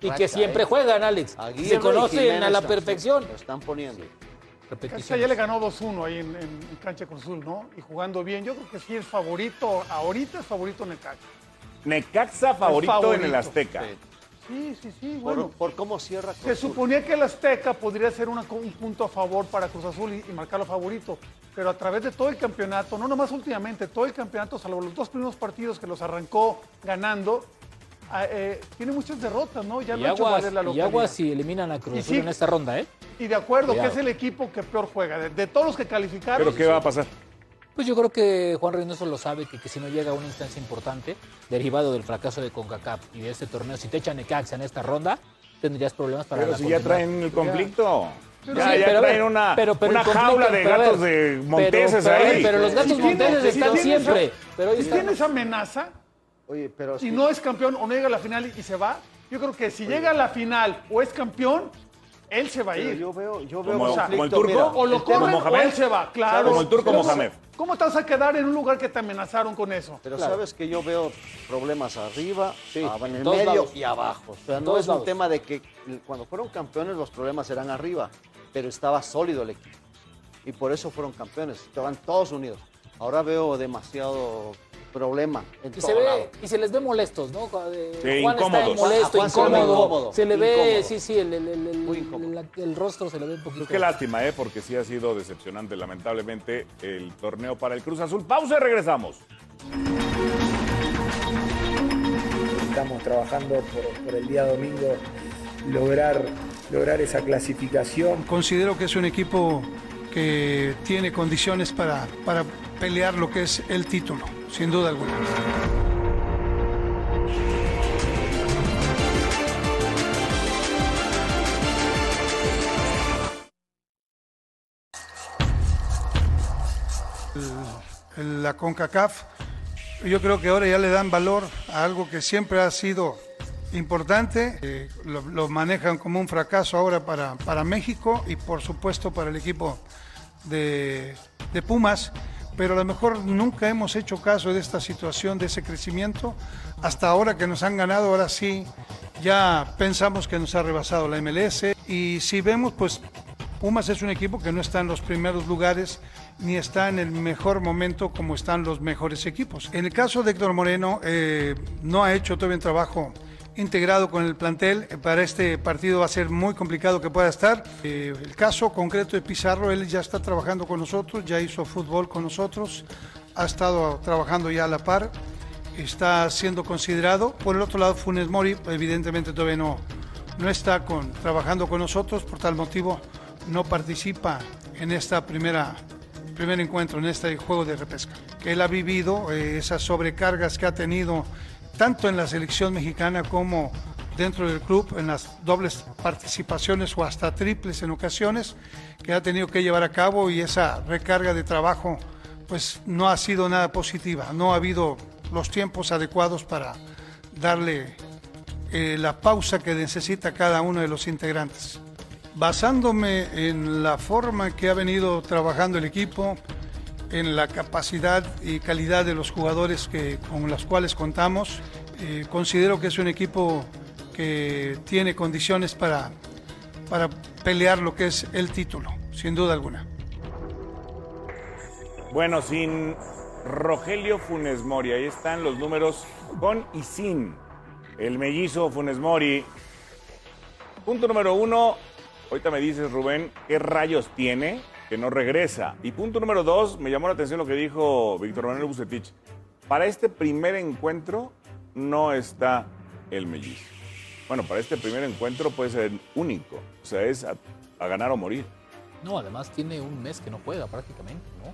Speaker 7: y
Speaker 5: racha,
Speaker 7: que siempre
Speaker 5: ¿eh?
Speaker 7: juegan, Alex.
Speaker 5: Aguirre
Speaker 7: Se
Speaker 5: y
Speaker 7: conocen
Speaker 5: Jiménez
Speaker 7: a la
Speaker 5: también
Speaker 7: perfección.
Speaker 5: Lo están poniendo.
Speaker 4: Necaxa ya le ganó 2-1 ahí en, en- en Cancha Cruz Azul, ¿no? Y jugando bien. Yo creo que sí es favorito, ahorita es favorito Necaxa.
Speaker 3: Necaxa favorito, en el
Speaker 4: favorito.
Speaker 3: Azteca.
Speaker 4: Sí, sí, sí,
Speaker 5: Por,
Speaker 4: bueno.
Speaker 5: por cómo cierra Cruz
Speaker 4: Se
Speaker 5: Azul.
Speaker 4: suponía que el Azteca podría ser una- un punto a favor para Cruz Azul y, y marcarlo favorito, pero a través de todo el campeonato, no nomás últimamente, todo el campeonato, salvo los dos primeros partidos que los arrancó ganando, a- eh, tiene muchas derrotas, ¿no? Ya
Speaker 7: Y
Speaker 4: lo ha hecho
Speaker 7: aguas,
Speaker 4: valer la
Speaker 7: y
Speaker 4: localidad.
Speaker 7: aguas si eliminan a Cruz
Speaker 4: Y
Speaker 7: Azul
Speaker 4: sí.
Speaker 7: en esta ronda, ¿eh?
Speaker 4: Y de acuerdo
Speaker 7: Cuidado.
Speaker 4: que es el equipo que peor juega, de, de todos los que calificaron.
Speaker 3: Pero ¿qué va a pasar?
Speaker 7: Pues yo creo que Juan Reynoso lo sabe, que, que si no llega a una instancia importante, derivado del fracaso de CONCACAF y de este torneo, si te echan Necaxa en esta ronda, tendrías problemas para
Speaker 3: Pero
Speaker 7: la
Speaker 3: si ya
Speaker 7: continuidad.
Speaker 3: traen el conflicto.
Speaker 7: Pero
Speaker 3: ya
Speaker 7: sí,
Speaker 3: ya
Speaker 7: pero a ver,
Speaker 3: traen una,
Speaker 7: pero- pero
Speaker 3: una
Speaker 7: el conflicto,
Speaker 3: jaula de
Speaker 7: pero a ver,
Speaker 3: gatos de monteses
Speaker 7: pero, pero, a ver,
Speaker 3: ahí.
Speaker 7: Pero los gatos
Speaker 4: Si tienes-
Speaker 7: monteses
Speaker 4: si
Speaker 7: están
Speaker 4: tienes-
Speaker 7: siempre. Pero ahí
Speaker 4: Si
Speaker 7: están.
Speaker 4: tienes amenaza,
Speaker 5: Oye, pero.
Speaker 4: si
Speaker 5: sí,
Speaker 4: no es campeón o no llega a la final y se va, yo creo que si llega a la final o es campeón, él se va a
Speaker 5: pero
Speaker 4: ir.
Speaker 5: Yo veo, yo veo
Speaker 3: Como-
Speaker 4: como el
Speaker 5: conflicto,
Speaker 3: turco,
Speaker 5: mira,
Speaker 4: O lo
Speaker 5: el tema-
Speaker 4: corren o
Speaker 3: Mohamed.
Speaker 4: él se va, claro.
Speaker 3: Como el turco
Speaker 4: Pero,
Speaker 3: Mohamed.
Speaker 4: ¿Cómo te vas a quedar en un lugar que te amenazaron con eso?
Speaker 5: Pero
Speaker 7: Claro.
Speaker 5: sabes que yo veo problemas arriba, ah, en
Speaker 7: en
Speaker 5: el
Speaker 7: todos
Speaker 5: medio
Speaker 7: lados.
Speaker 5: y abajo. O sea,
Speaker 7: En
Speaker 5: no
Speaker 7: todos
Speaker 5: es
Speaker 7: lados.
Speaker 5: un tema de que cuando fueron campeones los problemas eran arriba, pero estaba sólido el equipo. Y por eso fueron campeones, estaban todos unidos. Ahora veo demasiado problema en
Speaker 7: Y
Speaker 5: todo
Speaker 7: se, ve,
Speaker 5: lado.
Speaker 7: y se les ve molestos, ¿no? Eh,
Speaker 3: Sí,
Speaker 7: Juan
Speaker 3: incómodos.
Speaker 7: está molesto,
Speaker 5: A Juan se le ve
Speaker 7: incómodo,
Speaker 5: incómodo,
Speaker 7: Se le ve,
Speaker 5: incómodo.
Speaker 7: sí, sí, el, el- el- el-
Speaker 5: Muy incómodo.
Speaker 7: la- el rostro se le ve un poquito.
Speaker 3: Pues qué lástima, ¿eh? Porque sí ha sido decepcionante, lamentablemente, el torneo para el Cruz Azul. Pausa y regresamos.
Speaker 10: estamos trabajando por, por el día domingo lograr, lograr esa clasificación.
Speaker 11: Considero que es un equipo que tiene condiciones para, para pelear lo que es el título, sin duda alguna. el- el- la CONCACAF. Yo creo que ahora ya le dan valor a algo que siempre ha sido importante. Eh, lo, lo manejan como un fracaso ahora para, para México y por supuesto para el equipo de, de Pumas. Pero a lo mejor nunca hemos hecho caso de esta situación, de ese crecimiento. Hasta ahora que nos han ganado, ahora sí, ya pensamos que nos ha rebasado la MLS. Y si vemos, pues Pumas es un equipo que no está en los primeros lugares ni está en el mejor momento como están los mejores equipos. En el caso de Héctor Moreno, eh, no ha hecho todavía un trabajo integrado con el plantel. Eh, Para este partido va a ser muy complicado que pueda estar. Eh, el caso concreto de Pizarro, él ya está trabajando con nosotros, ya hizo fútbol con nosotros, ha estado trabajando ya a la par, está siendo considerado. Por el otro lado, Funes Mori, evidentemente todavía no, no está con, trabajando con nosotros, por tal motivo no participa en esta primera primer encuentro, en este juego de repesca. Que él ha vivido eh, esas sobrecargas que ha tenido tanto en la selección mexicana como dentro del club, en las dobles participaciones o hasta triples en ocasiones, que ha tenido que llevar a cabo y esa recarga de trabajo pues no ha sido nada positiva, no ha habido los tiempos adecuados para darle eh, la pausa que necesita cada uno de los integrantes. Basándome en la forma que ha venido trabajando el equipo, en la capacidad y calidad de los jugadores que, con los cuales contamos, eh, considero que es un equipo que tiene condiciones para, para pelear lo que es el título, sin duda alguna.
Speaker 3: Bueno, sin Rogelio Funes Mori, ahí están los números con y sin el mellizo Funes Mori. Punto número uno, ahorita me dices Rubén, ¿qué rayos tiene que no regresa? Y punto número dos, me llamó la atención lo que dijo Víctor Manuel Bucetich. Para este primer encuentro no está el mellizo. Bueno, para este primer encuentro puede ser único, o sea, es a- a ganar o morir.
Speaker 7: No, además tiene un mes que no juega prácticamente, ¿no?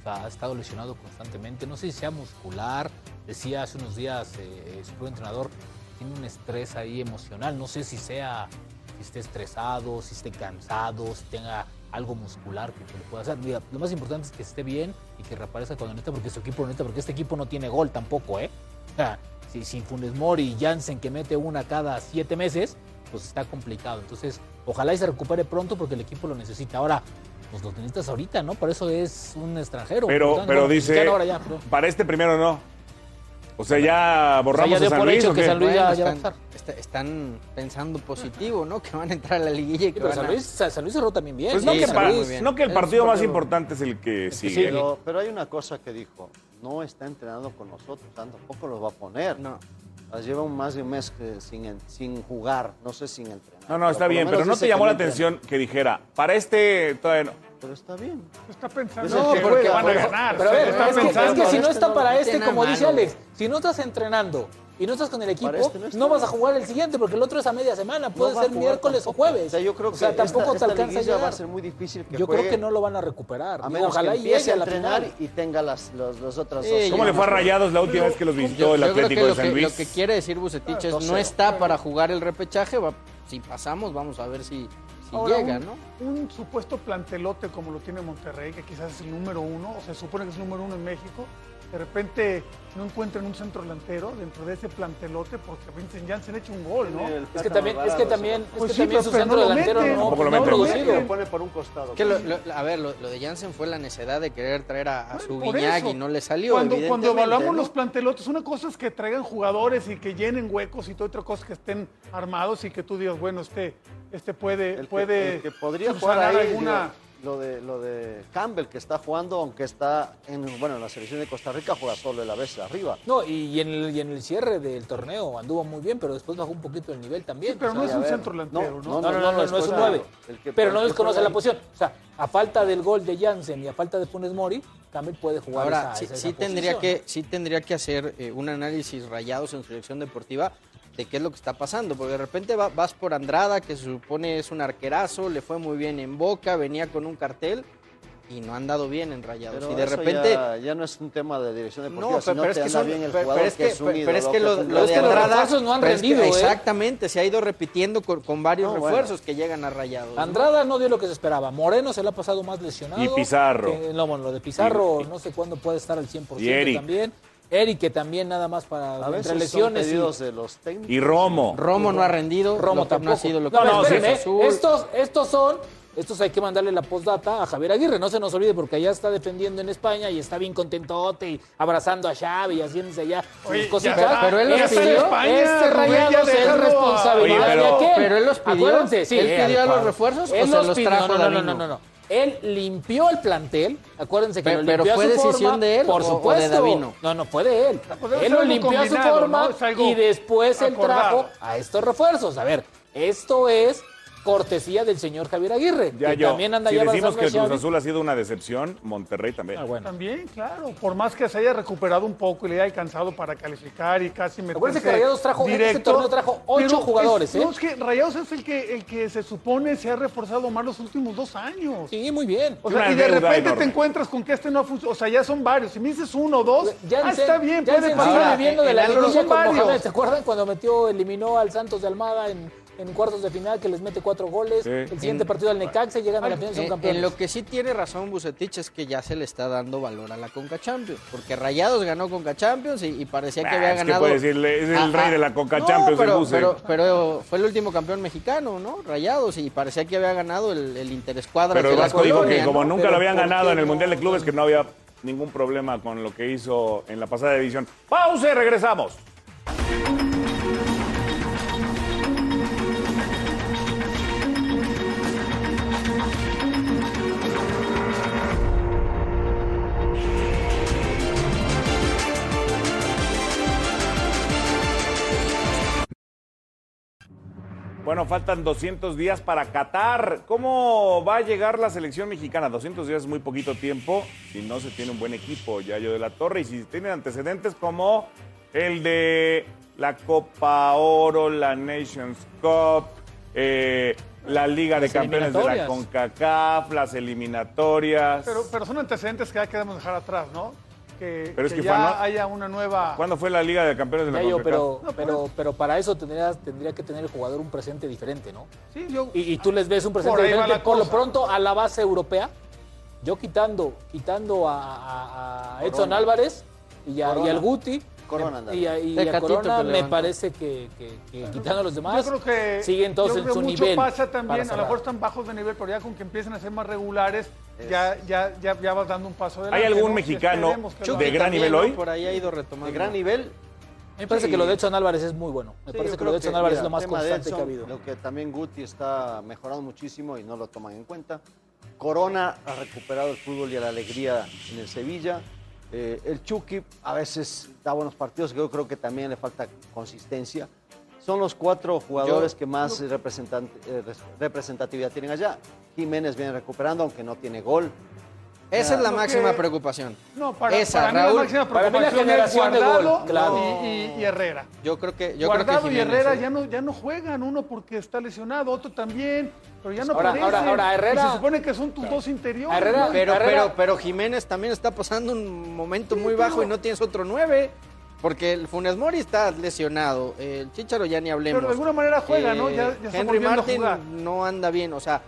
Speaker 7: O sea, ha estado lesionado constantemente. No sé si sea muscular. Decía hace unos días eh, su entrenador, tiene un estrés ahí emocional. No sé si sea, si esté estresado, si esté cansado, si tenga algo muscular que, que le pueda hacer. Mira, lo más importante es que esté bien y que reaparezca cuando neta, porque su equipo lo neta, porque este equipo no tiene gol tampoco, ¿eh? O sea, si, sin Funes Mori y Jansen que mete una cada siete meses, pues está complicado. Entonces, ojalá y se recupere pronto porque el equipo lo necesita. Ahora, pues lo necesitas ahorita, ¿no? Por eso es un extranjero.
Speaker 3: Pero,
Speaker 7: Bueno,
Speaker 3: pero
Speaker 7: bueno,
Speaker 3: dice,
Speaker 7: mexicano ahora ya, pero-
Speaker 3: para este primero no. O sea, ya borramos a
Speaker 7: O sea, ya dio
Speaker 3: San
Speaker 7: por
Speaker 3: Luis.
Speaker 7: hecho
Speaker 3: ¿o
Speaker 7: que
Speaker 3: qué?
Speaker 7: San Luis ya-
Speaker 3: Bueno,
Speaker 7: ya va a
Speaker 3: están-
Speaker 7: estar.
Speaker 6: Están pensando positivo, ¿no? Que van a entrar a la liguilla y que
Speaker 7: pero
Speaker 6: van
Speaker 7: San
Speaker 6: a-
Speaker 7: Luis, San Luis cerró también bien. ¿eh?
Speaker 3: Pues no,
Speaker 6: Sí,
Speaker 3: que
Speaker 6: San
Speaker 3: pa-
Speaker 6: Luis, muy bien.
Speaker 3: no que el
Speaker 6: Es
Speaker 3: partido
Speaker 6: un
Speaker 3: más
Speaker 6: partido-
Speaker 3: importante es el que sigue.
Speaker 5: Pero, pero hay una cosa que dijo, no está entrenando con nosotros, o sea, tampoco los va a poner. No. Lleva un- más de un mes que sin, en- sin jugar, no sé, sin entrenar.
Speaker 3: no, no, está
Speaker 5: por lo
Speaker 3: bien,
Speaker 5: menos
Speaker 3: pero no
Speaker 5: dice
Speaker 3: te llamó
Speaker 5: que
Speaker 3: la
Speaker 5: entrena.
Speaker 3: atención que dijera, para este todavía no.
Speaker 5: Pero está bien.
Speaker 4: Está pensando
Speaker 5: No,
Speaker 4: que
Speaker 5: porque-
Speaker 4: van a
Speaker 5: porque-
Speaker 4: ganar.
Speaker 7: Pero a ver,
Speaker 4: Está
Speaker 7: es, que,
Speaker 4: pensando.
Speaker 7: es que si no está
Speaker 5: no,
Speaker 7: para
Speaker 5: ¿eh? no
Speaker 7: este,
Speaker 5: tiene
Speaker 7: como
Speaker 5: nada
Speaker 7: dice
Speaker 5: malo.
Speaker 7: Alex, si no estás entrenando y no estás con el equipo,
Speaker 5: este no
Speaker 7: no,
Speaker 5: está.
Speaker 7: vas a jugar el siguiente porque el otro es a media semana,
Speaker 5: No
Speaker 7: puede
Speaker 5: va a
Speaker 7: ser
Speaker 5: jugar
Speaker 7: miércoles
Speaker 5: tampoco.
Speaker 7: o jueves.
Speaker 5: O sea, yo creo que
Speaker 7: O sea, tampoco
Speaker 5: esta,
Speaker 7: te
Speaker 5: esta
Speaker 7: alcanza a
Speaker 5: liguilla va a
Speaker 7: llegar.
Speaker 5: ser muy difícil que
Speaker 7: Yo creo
Speaker 5: juegue,
Speaker 7: que no lo van a recuperar.
Speaker 5: A
Speaker 7: ¿no?
Speaker 5: menos
Speaker 7: Ojalá
Speaker 5: que
Speaker 7: y llegue
Speaker 5: empiece a
Speaker 7: a la
Speaker 5: entrenar
Speaker 7: final.
Speaker 5: y tenga las, los- las otras
Speaker 6: Sí,
Speaker 5: dos.
Speaker 6: ya.
Speaker 3: ¿Cómo le fue a Rayados la última vez que los visitó
Speaker 6: Yo-
Speaker 3: el
Speaker 6: yo creo
Speaker 3: Atlético
Speaker 6: que
Speaker 3: de
Speaker 6: lo
Speaker 3: San
Speaker 6: que-
Speaker 3: Luis?
Speaker 6: Lo que quiere decir
Speaker 4: Ah,
Speaker 6: Bucetich es, no
Speaker 5: 2-0.
Speaker 6: está para jugar el repechaje, va- si pasamos, vamos a ver si, si
Speaker 4: Ahora,
Speaker 6: llega,
Speaker 4: un,
Speaker 6: ¿no?
Speaker 4: un supuesto plantelote como lo tiene Monterrey, que quizás es el número uno, o se supone que es el número uno en México, de repente no encuentran un centro delantero dentro de ese plantelote porque Vincent Janssen ha hecho un gol, ¿no?
Speaker 7: Es que también, es que también, es
Speaker 4: Pues
Speaker 7: que
Speaker 4: sí,
Speaker 7: también
Speaker 4: pero-
Speaker 7: su
Speaker 4: pero
Speaker 7: centro
Speaker 4: no lo
Speaker 7: delantero
Speaker 4: meten.
Speaker 7: no,
Speaker 3: Tampoco lo
Speaker 7: no ha
Speaker 3: meten.
Speaker 7: producido.
Speaker 5: Lo pone por un costado.
Speaker 6: Que lo- lo- a ver, lo, lo de Jansen fue la necedad de querer traer a, a su
Speaker 4: Por
Speaker 6: Guiñac
Speaker 4: eso,
Speaker 6: y no le salió.
Speaker 4: Cuando, cuando
Speaker 6: evidentemente,
Speaker 4: evaluamos
Speaker 6: ¿no?
Speaker 4: los plantelotes, una cosa es que traigan jugadores y que llenen huecos y toda otra cosa es que estén armados y que tú digas, bueno, este, este puede,
Speaker 5: El que-
Speaker 4: puede
Speaker 5: el que podría jugar
Speaker 4: subsanar
Speaker 5: ahí,
Speaker 4: alguna.
Speaker 5: digo, lo de lo de Campbell que está jugando aunque está en bueno en la selección de Costa Rica juega solo de la vez arriba
Speaker 7: No, y, y en el, y en el cierre del torneo anduvo muy bien, pero después bajó un poquito el nivel también.
Speaker 4: Sí, pero
Speaker 7: o
Speaker 4: no
Speaker 7: sea,
Speaker 4: es un centro delantero, ¿no?
Speaker 7: No, no, no, no, no, es un 9.
Speaker 5: El que-
Speaker 7: Pero
Speaker 5: el
Speaker 7: no
Speaker 5: que
Speaker 7: desconoce
Speaker 5: juega
Speaker 7: la
Speaker 5: ahí.
Speaker 7: posición. O sea, a falta del gol de Jansen y a falta de Funes Mori, Campbell puede jugar
Speaker 6: Ahora,
Speaker 7: esa-
Speaker 6: sí,
Speaker 7: esa-
Speaker 6: sí
Speaker 7: esa
Speaker 6: tendría
Speaker 7: posición,
Speaker 6: que, sí tendría que hacer eh, un análisis rayados en su dirección deportiva de qué es lo que está pasando, porque de repente va- vas por Andrada, que se supone es un arquerazo, le fue muy bien en Boca, venía con un cartel, y no han dado bien en Rayados.
Speaker 5: Pero
Speaker 6: y de
Speaker 5: eso
Speaker 6: repente
Speaker 5: ya, ya no es un tema de dirección deportiva,
Speaker 6: No,
Speaker 5: sino
Speaker 6: pero es
Speaker 5: te
Speaker 6: que
Speaker 5: anda
Speaker 6: son-
Speaker 5: bien el
Speaker 6: pero-
Speaker 5: jugador
Speaker 6: pero es
Speaker 5: que,
Speaker 6: que-
Speaker 5: es un
Speaker 6: pero-
Speaker 5: ídolo.
Speaker 6: pero es que lo-
Speaker 5: cumple
Speaker 6: lo
Speaker 5: los
Speaker 6: de
Speaker 5: objetivos.
Speaker 6: Andrada- pero es que
Speaker 3: ¿eh?
Speaker 6: Exactamente, se ha ido repitiendo con, con varios
Speaker 7: No, bueno.
Speaker 6: refuerzos que llegan a Rayados. ¿no?
Speaker 7: Andrada no dio lo que se esperaba. Moreno se le ha pasado más lesionado.
Speaker 6: Y Pizarro.
Speaker 7: Que- no, bueno, lo de Pizarro no sé cuándo puede estar al 100%
Speaker 3: Y Eric.
Speaker 7: también. Eric que también nada más para
Speaker 5: A
Speaker 7: entre
Speaker 5: veces son
Speaker 7: lesiones
Speaker 5: pedidos de los técnicos.
Speaker 3: Y Romo.
Speaker 6: Romo no ha rendido.
Speaker 7: Romo
Speaker 6: lo que
Speaker 7: tampoco.
Speaker 6: No ha sido lo que
Speaker 7: no, no, espérenme,
Speaker 6: espérenme,
Speaker 7: ¿eh? estos, estos son, estos hay que mandarle la postdata a Javier Aguirre, no se nos olvide porque allá está defendiendo en España y está bien contentote y abrazando a Xavi y haciéndose allá
Speaker 6: Oye,
Speaker 7: sus cositas.
Speaker 6: ya está- Pero él los ya está en pidió. España, Rubén,
Speaker 7: este
Speaker 6: ya
Speaker 7: Rayados es
Speaker 6: déjalo.
Speaker 7: responsabilidad
Speaker 6: Oye,
Speaker 7: de
Speaker 6: pero-
Speaker 7: aquel.
Speaker 6: pero él los pidió.
Speaker 7: Acuérdense, sí,
Speaker 6: ¿Él
Speaker 7: eh,
Speaker 6: pidió a los
Speaker 7: Alfaro.
Speaker 6: refuerzos o
Speaker 7: Él
Speaker 6: se los
Speaker 7: pidió-
Speaker 6: trajo
Speaker 7: No, no, no,
Speaker 6: Davino?
Speaker 7: no, no, no. Él limpió el plantel, acuérdense que
Speaker 6: Pero-
Speaker 7: lo
Speaker 6: pero
Speaker 7: limpió
Speaker 6: fue
Speaker 7: a su forma,
Speaker 6: decisión de él
Speaker 7: por
Speaker 6: o- o de
Speaker 7: supuesto.
Speaker 6: Davino.
Speaker 7: No, no fue de él.
Speaker 4: debe ser
Speaker 7: él lo
Speaker 4: algo
Speaker 7: limpió a su
Speaker 4: combinado,
Speaker 7: forma
Speaker 4: ¿no? Es algo
Speaker 7: y después él
Speaker 4: acordado.
Speaker 7: trajo a estos refuerzos. A ver, esto es cortesía del señor Javier Aguirre,
Speaker 3: Ya
Speaker 7: que
Speaker 3: yo.
Speaker 7: también anda
Speaker 3: si
Speaker 7: ya
Speaker 3: decimos
Speaker 7: abrazando
Speaker 3: que el
Speaker 7: a
Speaker 3: Cruz
Speaker 7: Xavi.
Speaker 3: Azul ha sido una decepción, Monterrey también.
Speaker 7: Ah,
Speaker 4: También, claro, por más que se haya recuperado un poco y le haya alcanzado para calificar y casi meterse
Speaker 7: Acuérdense que Rayados trajo- este torneo trajo ocho
Speaker 4: pero es-
Speaker 7: jugadores, ¿eh?
Speaker 4: no, es que Rayados es el que, el que se supone se ha reforzado más los últimos dos años.
Speaker 7: Sí, muy bien.
Speaker 4: O
Speaker 3: Una
Speaker 4: sea, y de
Speaker 3: deuda
Speaker 4: repente
Speaker 3: enorme.
Speaker 4: te encuentras con que este no ha funcionado. O sea, ya son varios. Si me dices uno o
Speaker 7: eh,
Speaker 4: dos, ah,
Speaker 7: Janssen-
Speaker 4: está bien, puede
Speaker 7: Janssen sigue
Speaker 4: pasar.
Speaker 7: viviendo de la
Speaker 4: Pero
Speaker 7: liguilla
Speaker 4: son
Speaker 7: con
Speaker 4: varios.
Speaker 7: Mohamed. ¿Se acuerdan cuando metió, eliminó al Santos de Almada en, en cuartos de final, que les mete cuatro goles?
Speaker 6: Sí.
Speaker 7: El siguiente
Speaker 6: En-
Speaker 7: partido al Necaxa, llegan a la final y
Speaker 6: Mm.
Speaker 7: son
Speaker 6: Eh, En-
Speaker 7: campeones.
Speaker 6: En lo que sí tiene razón Bucetich es que ya se le está dando valor a la Conca Champions, porque Rayados ganó Conca Champions y, y parecía que
Speaker 3: Ah, es
Speaker 6: había
Speaker 3: que
Speaker 6: ganado.
Speaker 3: puede decirle, es el rey de la Conca
Speaker 6: No,
Speaker 3: Champions, el
Speaker 6: pero,
Speaker 3: Buce.
Speaker 6: pero, pero fue el último campeón mexicano, ¿no? Rayados y parecía que había ganado el, el Interescuadra.
Speaker 3: Pero
Speaker 6: que
Speaker 3: el
Speaker 6: era
Speaker 3: Vasco dijo
Speaker 6: Colonia,
Speaker 3: que como
Speaker 6: ¿no?
Speaker 3: nunca
Speaker 6: Pero
Speaker 3: lo habían
Speaker 6: ¿por
Speaker 3: ganado
Speaker 6: qué
Speaker 3: en el
Speaker 6: no?
Speaker 3: Mundial de Clubes, que no había ningún problema con lo que hizo en la pasada edición. Pausa y regresamos. Bueno, faltan 200 días para Qatar. ¿Cómo va a llegar la selección mexicana? 200 días es muy poquito tiempo si no se tiene un buen equipo, Yayo de la Torre. Y si tienen antecedentes como el de la Copa Oro, la Nations Cup, eh, la Liga de
Speaker 4: Las
Speaker 3: Campeones de la
Speaker 4: eliminatorias.
Speaker 3: CONCACAF, las eliminatorias.
Speaker 4: Pero, pero son antecedentes que ya queremos dejar atrás, ¿no? Que,
Speaker 3: Pero es que
Speaker 4: ya
Speaker 3: Juan, ¿no?
Speaker 4: haya una nueva.
Speaker 3: ¿Cuándo fue la Liga de Campeones de la
Speaker 7: Ya yo,
Speaker 3: CONCACAF?
Speaker 7: pero,
Speaker 6: pues.
Speaker 7: pero, pero para eso tendría, tendría que tener el jugador un presente diferente, ¿no?
Speaker 4: Sí, yo.
Speaker 7: Y, y tú les ves un presente
Speaker 4: Por ahí va
Speaker 7: diferente.
Speaker 4: la
Speaker 7: Por lo
Speaker 4: cosa.
Speaker 7: pronto, a la base europea, yo quitando, quitando a, a- a Edson
Speaker 5: Corona.
Speaker 7: Álvarez y, a, y
Speaker 5: Corona.
Speaker 7: al Guti.
Speaker 5: Corona, andaba.
Speaker 7: Y a, y a
Speaker 5: Tecatito
Speaker 7: Corona
Speaker 5: que
Speaker 7: me
Speaker 5: levantó.
Speaker 7: parece que, que- que quitando a los demás,
Speaker 4: Yo creo que
Speaker 7: sigue entonces
Speaker 4: yo creo
Speaker 7: en su
Speaker 4: mucho
Speaker 7: nivel.
Speaker 4: pasa
Speaker 7: para
Speaker 4: también, a lo
Speaker 7: cerrar.
Speaker 4: mejor están bajos de nivel, pero ya con que empiecen a ser más regulares, ya, ya, ya, ya vas dando un paso adelante.
Speaker 3: ¿Hay algún
Speaker 4: ¿no?
Speaker 3: mexicano
Speaker 4: Esperemos que lo
Speaker 3: de
Speaker 4: hagan.
Speaker 3: gran nivel hoy?
Speaker 6: Por ahí ha ido retomando.
Speaker 5: De gran nivel.
Speaker 7: Me parece
Speaker 5: Sí.
Speaker 7: que lo de Edson Álvarez es muy bueno. Me
Speaker 5: Sí,
Speaker 7: parece
Speaker 5: yo
Speaker 7: que lo
Speaker 5: creo
Speaker 7: de Edson
Speaker 5: que,
Speaker 7: Álvarez
Speaker 5: mira,
Speaker 7: es lo más
Speaker 5: el tema de
Speaker 7: constante que ha
Speaker 5: Edson,
Speaker 7: habido.
Speaker 5: Lo que también Guti está mejorando muchísimo y no lo toman en cuenta. Corona ha recuperado el fútbol y la alegría en el Sevilla. Eh, el Chucky a veces da buenos partidos, yo creo que también le falta consistencia. Son los cuatro jugadores que más representan- eh, res- representatividad tienen allá. Jiménez viene recuperando, aunque no tiene gol.
Speaker 6: Esa es
Speaker 5: Lo
Speaker 6: la
Speaker 5: que-
Speaker 6: máxima preocupación.
Speaker 4: No, para,
Speaker 6: Esa,
Speaker 4: para mí
Speaker 6: Raúl.
Speaker 4: la máxima
Speaker 6: Para mí la
Speaker 4: preocupación es
Speaker 6: generación de
Speaker 4: Guardado
Speaker 6: gol, claro.
Speaker 4: y, y- y Herrera.
Speaker 6: Yo creo que. Yo
Speaker 4: Guardado
Speaker 6: creo que
Speaker 4: y
Speaker 6: Jiménez,
Speaker 4: Herrera
Speaker 6: ¿eh?
Speaker 4: ya no, ya no juegan, uno porque está lesionado, otro también, pero ya no
Speaker 6: Ahora-
Speaker 4: aparecen.
Speaker 6: ahora- ahora,
Speaker 4: Y
Speaker 6: Herrera-
Speaker 4: se supone que son tus dos interiores.
Speaker 6: Herrera,
Speaker 4: ¿no?
Speaker 6: pero, pero, pero Jiménez también está pasando un momento muy bajo y no tienes otro 9. Porque el Funes Mori está lesionado. El Chicharo ya ni hablemos. Eh,
Speaker 4: Pero de alguna manera juega, ¿no? Ya- ya está
Speaker 6: Henry
Speaker 4: volviendo a
Speaker 6: Martin
Speaker 4: jugar.
Speaker 6: no anda bien. O sea,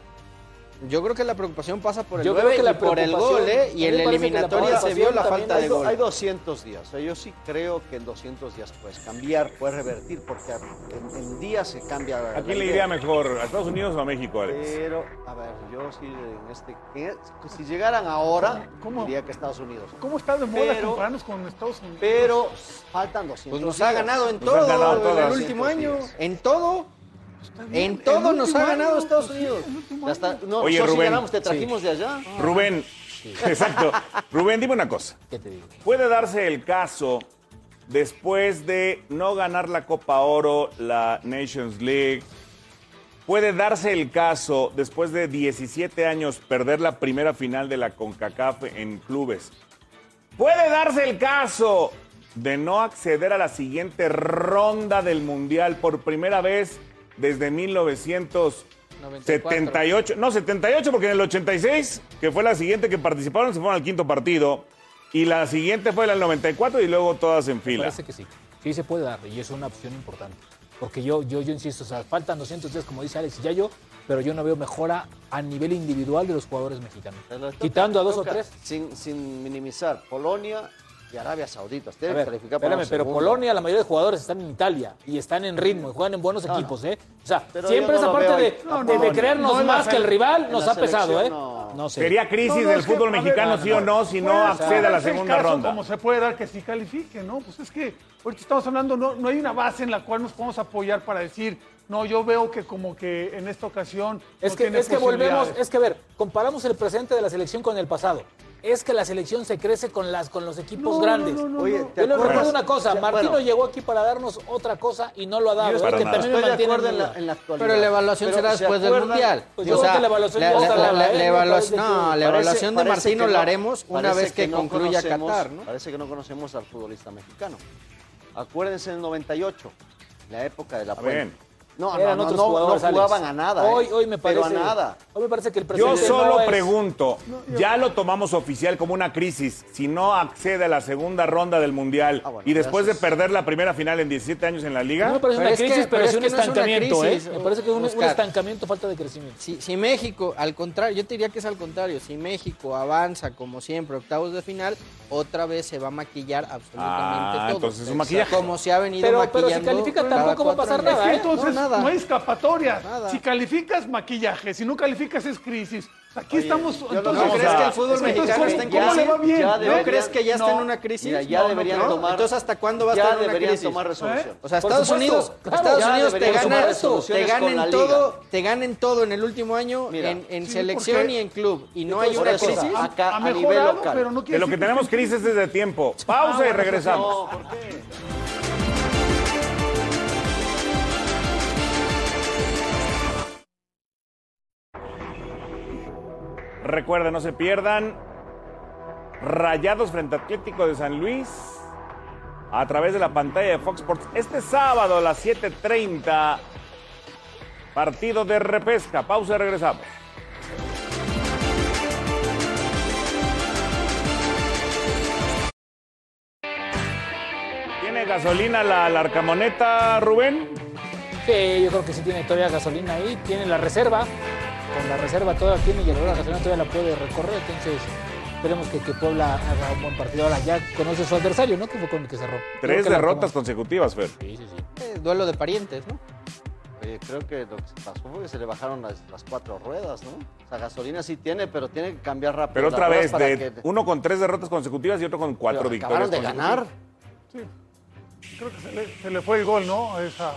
Speaker 6: yo creo que la preocupación pasa por el
Speaker 7: Yo creo
Speaker 6: 9
Speaker 7: que la
Speaker 6: y por el
Speaker 7: preocupación-
Speaker 6: gol, ¿eh?
Speaker 7: a mí
Speaker 6: Y
Speaker 7: me
Speaker 6: en la
Speaker 7: parece que la
Speaker 6: eliminatoria se vio la
Speaker 7: preocupación
Speaker 6: falta
Speaker 7: también
Speaker 6: de
Speaker 7: es-
Speaker 6: gol.
Speaker 5: Hay 200 días. O sea, yo sí creo que en 200 días puedes cambiar, puedes revertir, porque en, en días se cambia. la-
Speaker 3: ¿A quién
Speaker 5: la
Speaker 3: le iría
Speaker 5: idea.
Speaker 3: mejor? ¿A Estados Unidos o a México, Alex?
Speaker 4: Eh,
Speaker 5: Pero, a ver, yo sí en este. que- Si llegaran ahora,
Speaker 4: ¿Cómo?
Speaker 5: diría que Estados Unidos.
Speaker 4: ¿Cómo está de moda
Speaker 5: Pero-
Speaker 4: compararnos con Estados Unidos?
Speaker 5: Pero faltan 200
Speaker 6: Pues nos
Speaker 5: días.
Speaker 6: ha ganado en
Speaker 3: Nos ha
Speaker 6: todo
Speaker 3: ganado
Speaker 6: en el
Speaker 3: todas.
Speaker 6: último
Speaker 5: 200
Speaker 6: año.
Speaker 5: días.
Speaker 6: En todo.
Speaker 4: Está bien,
Speaker 6: En
Speaker 4: el
Speaker 6: todo nos
Speaker 4: último
Speaker 6: ha
Speaker 4: año,
Speaker 6: ganado Estados
Speaker 4: pues sí,
Speaker 6: Unidos.
Speaker 4: el último
Speaker 5: Ya
Speaker 4: año.
Speaker 5: está. No,
Speaker 3: Oye,
Speaker 5: nosotros sí
Speaker 3: Rubén.
Speaker 5: ganamos, te trajimos de allá.
Speaker 3: Rubén, exacto. Rubén, dime una cosa.
Speaker 7: ¿Qué te digo?
Speaker 3: Puede darse el caso después de no ganar la Copa Oro, la Nations League. Puede darse el caso después de 17 años perder la primera final de la CONCACAF en clubes. Puede darse el caso de no acceder a la siguiente ronda del Mundial por primera vez desde 1900 78, no, 78 porque en el 86, que fue la siguiente que participaron, se fueron al quinto partido. Y la siguiente fue la del 94 y luego todas en fila.
Speaker 7: Parece que sí. Sí se puede dar y es una opción importante. Porque yo, yo, yo insisto, o sea, faltan 203 como dice Alex Yayo, pero yo no veo mejora a nivel individual de los jugadores mexicanos. Quitando a dos o tres.
Speaker 5: Sin, sin minimizar, Polonia y Arabia Saudita. Ustedes
Speaker 7: A ver,
Speaker 5: califican para
Speaker 7: espérame,
Speaker 5: un
Speaker 7: pero
Speaker 5: segundo.
Speaker 7: Polonia, la mayoría de jugadores están en Italia y están en ritmo y juegan en buenos
Speaker 5: No, no.
Speaker 7: equipos, ¿eh? O sea,
Speaker 5: Pero
Speaker 7: siempre
Speaker 5: yo no
Speaker 7: esa
Speaker 5: lo
Speaker 7: parte
Speaker 5: veo
Speaker 7: de,
Speaker 5: ahí. No,
Speaker 7: de- de
Speaker 5: no,
Speaker 7: creernos
Speaker 5: no, en la
Speaker 7: más que el
Speaker 5: sele-
Speaker 7: rival
Speaker 5: en
Speaker 7: nos
Speaker 5: la
Speaker 7: ha pesado,
Speaker 5: selección,
Speaker 7: ¿eh?
Speaker 5: no.
Speaker 7: No sé.
Speaker 3: Sería crisis del
Speaker 4: es que,
Speaker 3: fútbol
Speaker 4: a ver,
Speaker 3: mexicano,
Speaker 4: no, no,
Speaker 3: sí o no, si no
Speaker 4: es que
Speaker 3: accede a la
Speaker 4: es el
Speaker 3: segunda
Speaker 4: caso,
Speaker 3: ronda.
Speaker 4: Como se puede dar que sí califique, ¿no? Pues es que ahorita estamos hablando, no, no hay una base en la cual nos podemos apoyar para decir, no, yo veo que como que en esta ocasión.
Speaker 7: Es
Speaker 4: no
Speaker 7: que,
Speaker 4: tiene
Speaker 7: es que volvemos,
Speaker 4: posibilidades.
Speaker 7: es que a ver, comparamos el presente de la selección con el pasado. Es que la selección se crece con, las, con los equipos
Speaker 4: No,
Speaker 7: grandes.
Speaker 4: no, no, no,
Speaker 5: Oye,
Speaker 4: no.
Speaker 5: ¿te
Speaker 7: Yo les
Speaker 5: acuerdas?
Speaker 7: recuerdo una cosa,
Speaker 5: Ya,
Speaker 7: Martino
Speaker 5: bueno.
Speaker 7: llegó aquí para darnos otra cosa y no lo ha dado.
Speaker 3: Yo
Speaker 7: ¿eh?
Speaker 3: estoy-
Speaker 7: que
Speaker 3: Para
Speaker 5: Estoy
Speaker 7: también me
Speaker 5: de
Speaker 7: mantiene
Speaker 5: acuerdo
Speaker 7: en
Speaker 5: en la,
Speaker 7: duda.
Speaker 5: en la actualidad.
Speaker 6: Pero la evaluación
Speaker 5: Pero,
Speaker 6: será
Speaker 5: ¿se
Speaker 6: después del
Speaker 5: acuerdan?
Speaker 6: Mundial.
Speaker 7: Pues yo creo que la evaluación ya está dada, ¿eh?
Speaker 6: la
Speaker 7: Me parece
Speaker 6: evaluación- no,
Speaker 7: que-
Speaker 6: la evaluación de
Speaker 5: parece
Speaker 6: Martino
Speaker 5: que no-
Speaker 6: la haremos una
Speaker 5: parece
Speaker 6: vez que,
Speaker 5: no
Speaker 6: concluya
Speaker 5: conocemos-
Speaker 6: Qatar, ¿no?
Speaker 5: Parece que no conocemos al futbolista mexicano. Acuérdense del 98, la época de la
Speaker 3: Está bien.
Speaker 5: Puente. No, no,
Speaker 7: Eran
Speaker 5: no,
Speaker 7: otros
Speaker 5: no,
Speaker 7: jugadores,
Speaker 5: no
Speaker 7: Alex.
Speaker 5: jugaban a nada. ¿eh?
Speaker 7: Hoy, hoy me parece.
Speaker 5: Pero a nada.
Speaker 7: Hoy me parece que el
Speaker 3: Yo
Speaker 7: presente.
Speaker 3: solo
Speaker 7: no es-
Speaker 3: pregunto, ya lo tomamos oficial como una crisis. Si no accede a la segunda ronda del Mundial
Speaker 5: Ah, bueno,
Speaker 3: y después
Speaker 5: gracias.
Speaker 3: de perder la primera final en 17 años en la liga,
Speaker 7: No me parece
Speaker 6: Pero
Speaker 7: una
Speaker 6: es que-
Speaker 7: crisis,
Speaker 6: pero
Speaker 7: pero
Speaker 6: es
Speaker 7: es un
Speaker 6: que no es una
Speaker 7: estancamiento, ¿eh?
Speaker 6: crisis,
Speaker 7: Me parece que es un, un
Speaker 6: Oscar.
Speaker 7: estancamiento, falta de crecimiento.
Speaker 6: Si, si México, al contrario, yo te diría que es al contrario. Si México avanza como siempre, octavos de final, otra vez se va a maquillar absolutamente
Speaker 3: Ah,
Speaker 6: todo.
Speaker 3: entonces es un maquillaje.
Speaker 6: Como se ha venido
Speaker 7: Pero- pero si
Speaker 6: maquillando.
Speaker 7: califica
Speaker 6: cada
Speaker 7: tampoco va a
Speaker 6: cuatro
Speaker 7: pasar
Speaker 6: años.
Speaker 4: Es que
Speaker 7: nada, ¿eh?
Speaker 4: entonces
Speaker 6: No,
Speaker 4: no,
Speaker 6: nada.
Speaker 4: hay escapatoria.
Speaker 6: Nada.
Speaker 4: Si calificas maquillaje, si no calificas es crisis. Aquí
Speaker 5: Oye,
Speaker 4: estamos.
Speaker 5: yo lo-
Speaker 4: entonces,
Speaker 3: ¿no crees que el
Speaker 5: fútbol
Speaker 4: es que entonces,
Speaker 5: mexicano
Speaker 4: ¿cómo-
Speaker 5: está en
Speaker 4: ¿Cómo
Speaker 5: crisis?
Speaker 4: le va bien?
Speaker 5: Ya
Speaker 4: ¿Eh?
Speaker 6: ¿No
Speaker 5: deberían-
Speaker 6: crees que ya está
Speaker 4: No.
Speaker 6: en una crisis?
Speaker 5: Mira, ya
Speaker 6: No, no,
Speaker 5: deberían
Speaker 6: no.
Speaker 5: tomar-
Speaker 6: Entonces, ¿hasta cuándo va a
Speaker 5: Ya
Speaker 6: estar en una
Speaker 5: deberían
Speaker 6: crisis?
Speaker 5: tomar resolución.
Speaker 6: O sea,
Speaker 7: Por
Speaker 6: Estados
Speaker 7: supuesto,
Speaker 6: Unidos,
Speaker 7: claro.
Speaker 6: Estados
Speaker 7: Ya
Speaker 6: Unidos te
Speaker 5: deberían tomar
Speaker 6: gana, te
Speaker 5: resoluciones
Speaker 6: gana
Speaker 5: con la
Speaker 6: en
Speaker 5: liga.
Speaker 6: todo, te gana en todo en el último año,
Speaker 5: Mira,
Speaker 6: en, en
Speaker 4: sí,
Speaker 6: selección
Speaker 4: porque-
Speaker 6: y en club. Y no
Speaker 5: porque
Speaker 6: hay una
Speaker 5: por eso-
Speaker 6: crisis.
Speaker 4: Ha-
Speaker 5: acá
Speaker 4: ha
Speaker 5: a nivel
Speaker 4: mejorado,
Speaker 5: local.
Speaker 4: pero no quiere
Speaker 3: de lo que
Speaker 4: decir
Speaker 3: tenemos crisis es de tiempo. Pausa y regresamos.
Speaker 5: Ah, No, ¿por qué?
Speaker 3: Recuerden, no se pierdan. Rayados frente a Atlético de San Luis a través de la pantalla de Fox Sports. Este sábado a las 7:30, partido de repesca. Pausa y regresamos. ¿Tiene gasolina la, la arcamoneta, Rubén?
Speaker 7: Sí, yo creo que sí tiene todavía gasolina ahí, tiene la reserva. Con la reserva todavía tiene y el la gasolina todavía la puede recorrer. Entonces, esperemos que, que Puebla haga un buen partido. Ahora ya conoce su adversario, ¿no? Que fue con el que cerró. Creo
Speaker 3: Tres
Speaker 7: que la
Speaker 3: derrotas
Speaker 7: toma.
Speaker 3: consecutivas, Fer.
Speaker 7: Sí, sí, sí.
Speaker 6: Eh, Duelo de parientes, ¿no?
Speaker 5: Oye, creo que lo que pasó fue que se le bajaron las, las cuatro ruedas, ¿no? O sea, gasolina sí tiene, pero tiene que cambiar rápido.
Speaker 3: Pero
Speaker 5: las
Speaker 3: otra
Speaker 5: ruedas
Speaker 3: vez,
Speaker 5: para
Speaker 3: de
Speaker 5: que-
Speaker 3: uno con tres derrotas consecutivas y otro con cuatro
Speaker 5: Pero
Speaker 3: victorias.
Speaker 5: Acabaron de ganar.
Speaker 4: Sí. Creo que se le, se le fue el gol, ¿no? A esa.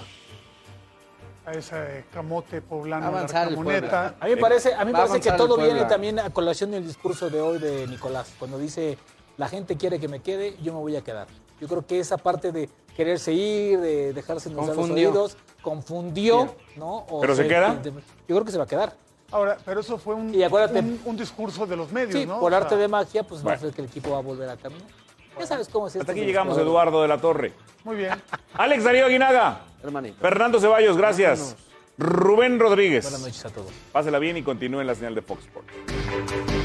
Speaker 4: A ese camote poblano.
Speaker 6: Avanzar el
Speaker 4: Arcamoneta.
Speaker 7: A mí
Speaker 3: Eh,
Speaker 7: me parece, a mí me
Speaker 6: Va a
Speaker 7: parece que
Speaker 6: avanzar
Speaker 7: todo
Speaker 6: el Puebla.
Speaker 7: viene también a colación del discurso de hoy de Nicolás, cuando dice, la gente quiere que me quede, yo me voy a quedar. Yo creo que esa parte de quererse ir, de dejarse endulzar los
Speaker 6: Confundió.
Speaker 7: oídos, confundió, ¿no? O
Speaker 3: ¿Pero se queda?
Speaker 7: Yo creo que se va a quedar.
Speaker 4: Ahora, pero eso fue un,
Speaker 7: Y acuérdate-
Speaker 4: un, un discurso de los medios,
Speaker 7: Sí,
Speaker 4: ¿no?
Speaker 7: por
Speaker 4: O
Speaker 7: arte
Speaker 4: sea,
Speaker 7: de magia, pues
Speaker 3: Bueno.
Speaker 7: no sé que el equipo va a volver a caminar. Ya sabes cómo es este esto
Speaker 3: Hasta aquí
Speaker 7: de los
Speaker 3: llegamos,
Speaker 7: jugadores.
Speaker 3: Eduardo de la Torre.
Speaker 4: Muy bien.
Speaker 3: Alex Darío Aguinaga.
Speaker 5: Hermanito.
Speaker 3: Fernando Ceballos, gracias. Rubén Rodríguez.
Speaker 7: Buenas noches a todos.
Speaker 3: Pásela bien y continúen la señal de Fox Sports.